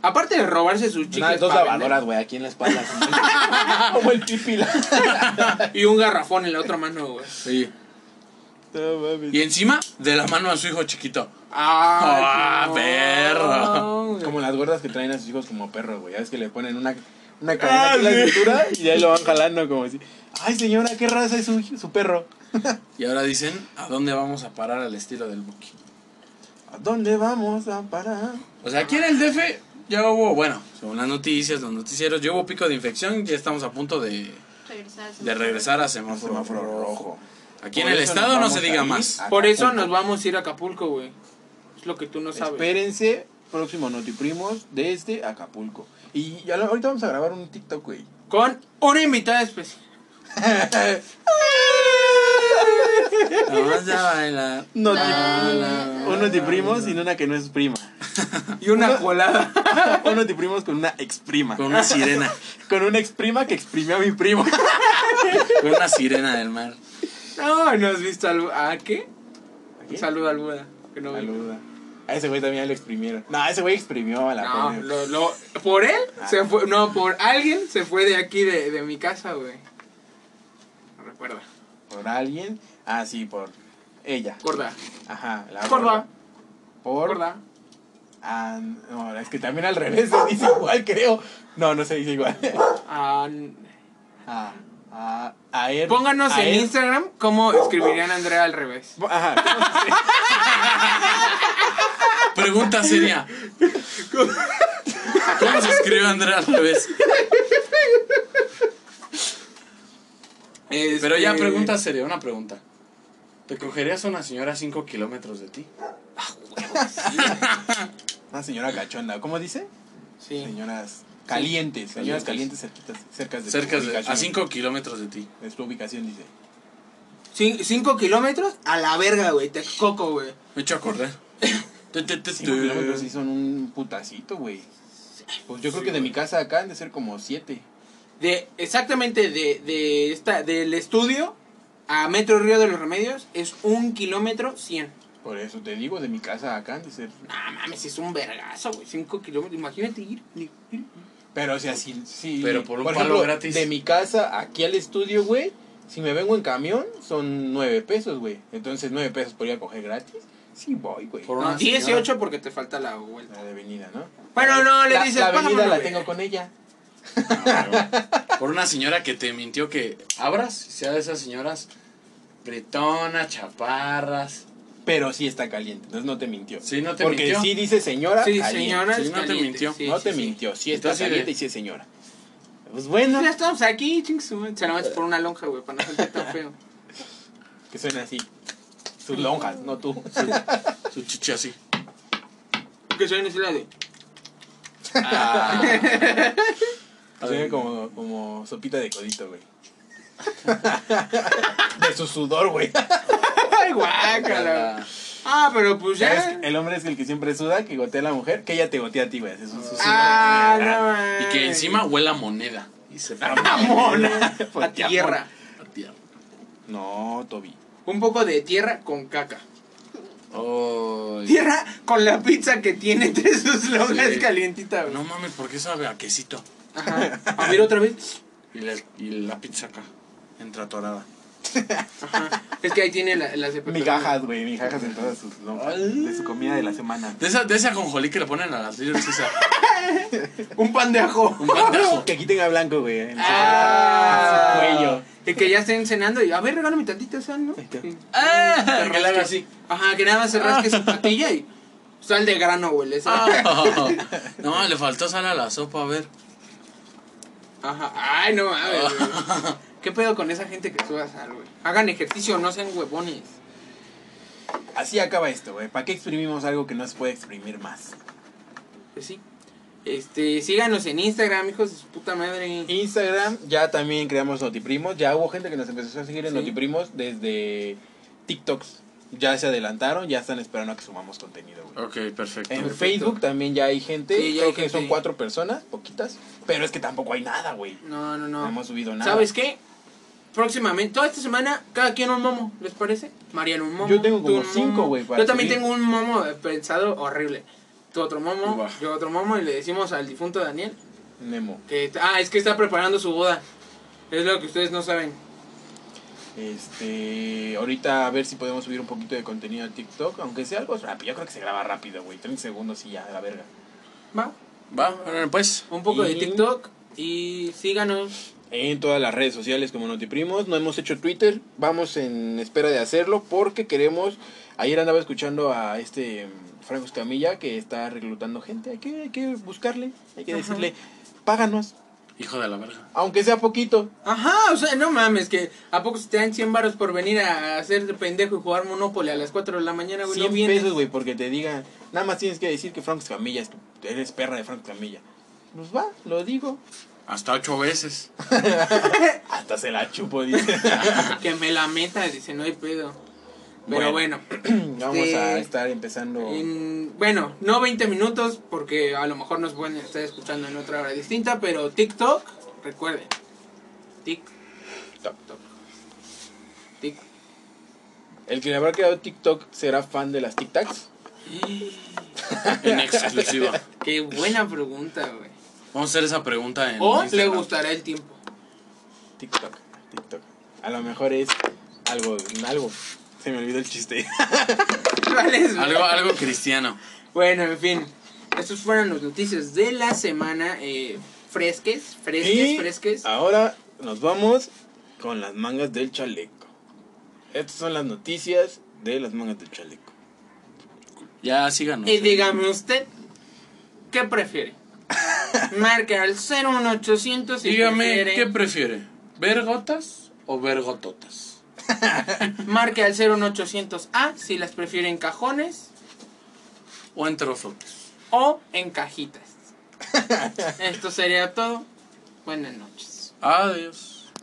B: Aparte de robarse
A: Nada,
B: sus chicles
A: dos
B: pa'
A: lavadoras, güey, aquí en la espalda. así. como el pipila.
B: vender, y un garrafón en la otra mano, güey.
C: Sí.
A: No mames.
C: Y encima, de la mano a su hijo chiquito.
B: ¡Ah,
C: Ah, perro.
B: güey.
A: Como las gordas que traen a sus hijos como perros, güey. Ya ves que le ponen una, una cadena aquí en
B: sí.
A: la cintura y de ahí lo van jalando como así. Ay, señora, qué raza es su, su perro.
C: Y ahora dicen, ¿a dónde vamos a parar al estilo del Buki?
A: ¿A dónde vamos a parar?
C: O sea, aquí en el DF ya hubo, bueno, según las noticias, los noticieros, ya hubo pico de infección, ya estamos a punto de,
D: Regresar a su-
C: de regresar a
A: Un
C: semáforo,
A: semáforo rojo.
C: Aquí
A: Por
C: en el
A: eso nos
C: estado no
A: vamos
C: se
A: a
C: diga
A: ir
C: más.
A: a
B: Por eso
A: Acapulco.
B: nos vamos a ir a Acapulco, güey. Es lo que tú no sabes.
A: Espérense, próximo Notiprimos desde Acapulco. Y ya lo- ahorita vamos a grabar un TikTok, güey.
B: Con una invitada especial.
C: Vamos a bailar.
A: No,
D: Ah,
A: tipo, unos de primos y una que no es prima.
B: Y una colada.
A: Unos de primos con una ex prima.
C: Con una sirena.
A: Con una ex prima que exprimió a mi primo.
C: Con una sirena del mar.
B: No, no has visto al... ¿A qué? Un saludo al Buda. Que no vino.
A: Saluda. A ese güey también lo exprimieron. No, a ese güey exprimió a la
B: No,
A: pena.
B: lo- lo- por él
A: Ah.
B: se fue, no, por alguien se fue de aquí, de, de mi casa, güey. No recuerda.
A: Por alguien. Ah, sí, por ella.
B: Gorda.
A: Ajá, la Ah,
B: Gorda.
A: gorda. Por.
B: Gorda.
A: Ah, no, es que también al revés se dice igual, creo. No, no se dice igual.
B: Ah, n-
A: Ah, ah, a él.
B: pónganos
A: a
B: en
A: él.
B: Instagram cómo escribirían a Andrea al revés.
A: Ajá.
C: Pregunta seria. ¿Cómo se escribe Andrea al revés? Pero ya
B: Este,
C: pregunta seria, una pregunta. ¿Te cogerías a una señora a 5 kilómetros de ti?
A: Una señora cachonda. ¿Cómo dice?
B: Sí.
A: Señoras Calientes, señoras calientes cerquitas, cerca de
C: Cerca
A: su
C: de, a
A: ubicación.
C: 5 kilómetros de ti.
A: De su ubicación, dice.
B: Cin- cinco kilómetros a la verga, güey. Te coco, güey.
C: Me he hecho acordar. Tu, tu, tu,
A: Cinco
C: tu.
A: kilómetros sí son un putacito, güey. Pues yo creo que de mi casa acá han de ser como siete.
B: De, exactamente de, de esta, del estudio a Metro Río de los Remedios es un kilómetro cien.
A: Por eso te digo, de mi casa acá han de ser.
B: Ah, mames, es un vergazo, güey. Cinco kilómetros. Imagínate ir. ir, ir.
A: Pero, o sea, sí. sí
C: Pero por un palo gratis.
A: De mi casa aquí al estudio, güey. Si me vengo en camión, son nueve pesos, güey. Entonces, nueve pesos por ir a coger gratis. Sí, voy, güey.
C: Por
B: No,
C: una
B: 18
C: señora.
B: porque te falta la vuelta.
A: La de avenida, ¿no?
B: Bueno, no, le
A: la,
B: dices,
A: La avenida
B: "Pásamelo,
A: la
B: güey".
A: tengo con ella.
C: Por una señora que te mintió que abras, sea de esas señoras bretonas, chaparras.
A: Pero sí está caliente, entonces no te mintió.
C: Sí, no te
A: Porque
C: mintió.
A: sí dice señora.
B: Sí,
A: caliente.
B: señora.
C: Sí,
B: es
C: no te
B: caliente,
C: mintió.
B: sí,
A: no
B: sí,
A: te
B: sí.
A: mintió, sí está
C: Entonces,
A: caliente
C: de-
A: y sí es señora. Pues bueno,
B: Ya estamos aquí, ching su madre. Se la metes por una lonja, güey, para no sentir tan feo.
A: que suena así. Sus lonjas, no tú.
C: Su chichi así.
B: Que soy necesidad de.
C: Ah.
A: Suena como, como sopita de codito, güey. De su sudor, güey.
B: ¡Ay, guácala! Ah, pero pues
A: ¿Sabes?
B: ya.
A: El hombre es el que siempre suda, que gotea a la mujer, que ella te gotea a ti, güey. Eso es su sudor.
B: Ah, no
C: Y
B: mames.
C: que encima huela moneda. Y se
A: Ah. Mamona.
B: A tierra.
C: A tierra.
A: No, Toby.
B: Un poco de tierra con caca.
C: Ay.
B: Tierra con la pizza que tiene entre sus lonjas
C: Sí.
B: calientita, güey.
C: No mames, ¿por qué sabe a quesito?
B: Ajá. A ver otra vez.
C: Y la, y la pizza acá, entra atorada.
B: Ajá. Es que ahí tiene la, las de pepperoni.
A: Migajas, güey. Migajas en todas sus lonjas. De su comida de la semana.
C: De esa, de esa conjolí que le ponen a las líderes, esa.
B: Un pan de ajo.
C: Un pandejo.
A: Que aquí tenga blanco, güey. en su-
B: Ah.
A: en su cuello.
B: Y que ya estén cenando y a ver, regálame tantita sal, ¿no?
A: Ahí está.
B: Sí.
C: Ah,
B: Te
C: que le haga
B: rasque.
C: así.
B: Ajá, que nada más se rasque su patilla y sal de grano, güey. le sal.
C: Ah. No, le faltó sal a la sopa, a ver.
B: Ajá. Ay, no mames. güey. ¿Qué pedo con esa gente que suba sal, güey? Hagan ejercicio, no sean huevones.
A: Así acaba esto, güey. ¿Para qué exprimimos algo que no se puede exprimir más?
B: Pues sí. Este, síganos en Instagram, hijos de su puta madre.
A: Instagram, ya también creamos Notiprimos. Ya hubo gente que nos empezó a seguir en
B: Sí.
A: Notiprimos desde TikToks. Ya se adelantaron, ya están esperando a que sumamos contenido, güey.
C: Ok, perfecto.
A: En
B: perfecto.
A: Facebook también ya hay gente.
B: Sí, ya
A: Creo
B: hay
A: que
B: gente.
A: son cuatro personas, poquitas. Pero es que tampoco hay nada, güey.
B: No, no,
A: No.
B: no.
A: hemos subido nada.
B: ¿Sabes qué? Próximamente, toda esta semana, cada quien un momo, ¿les parece? Mariano un momo.
A: Yo tengo
B: tú
A: como
B: un
A: cinco,
B: momo.
A: güey, para
B: Yo también
A: subir.
B: tengo un momo pensado horrible. Tú otro momo,
C: Buah.
B: yo otro momo y le decimos al difunto Daniel
A: Nemo.
B: que... Ah, es que está preparando su boda. Es lo que ustedes no saben.
A: Este. Ahorita a ver si podemos subir un poquito de contenido a TikTok. Aunque sea algo rápido. Yo creo que se graba rápido, güey. 30 segundos y ya, a la verga.
B: Va,
C: Va, órale, pues.
B: un poco de
A: Y-
B: TikTok y síganos.
A: en todas las redes sociales como Notiprimos. No hemos hecho Twitter, vamos en espera de hacerlo porque queremos. Ayer andaba escuchando a este mm, Franco Escamilla que está reclutando gente. Hay que, hay que buscarle, hay que
B: Ajá.
A: decirle, páganos,
C: Hijo de la verga.
A: aunque sea poquito.
B: Ajá, o sea, no mames, que ¿a poco se te dan 100 baros por venir a hacer de pendejo y jugar Monopoly a las 4 de la mañana, güey? No
A: 100
B: vienes.
A: pesos, güey, porque te digan, nada más tienes que decir que Franco Escamilla es tu- eres perra de Franco Escamilla. Pues va, lo digo.
C: Hasta ocho veces.
A: Hasta se la chupo, dice.
B: Que me la meta, dice, no hay pedo.
A: Bueno.
B: Pero bueno,
A: Vamos a
B: Sí.
A: estar empezando.
B: en- bueno, no 20 minutos porque a lo mejor nos pueden estar escuchando en otra hora distinta, pero TikTok, recuerden. TikTok. Tik.
A: El que le habrá creado TikTok será fan de las Tic Tacs.
C: En exclusiva.
B: Qué buena pregunta, güey.
C: Vamos a hacer esa pregunta en.
B: O le
C: Instagram.
B: gustará el tiempo.
A: TikTok, TikTok. A lo mejor es algo, algo. Se me olvidó el chiste.
B: ¿Cuál es, güey?
C: Algo, algo cristiano.
B: Bueno, en fin. Estas fueron las noticias de la semana. Eh, fresques, fresques, fresques.
C: Ah,
A: ahora nos vamos con las mangas del chaleco. Estas son las noticias de las mangas del chaleco.
C: Ya síganos.
B: Y Eh, dígame usted, ¿qué prefiere? Marca al 01800 y
C: Dígame,
B: prefiere-
C: ¿qué prefiere? ¿Ver gotas o ver gototas?
B: Marque al 01800A si las prefiere en cajones
C: O en trozotes.
B: o en cajitas. Esto sería todo. Buenas noches.
C: Adiós.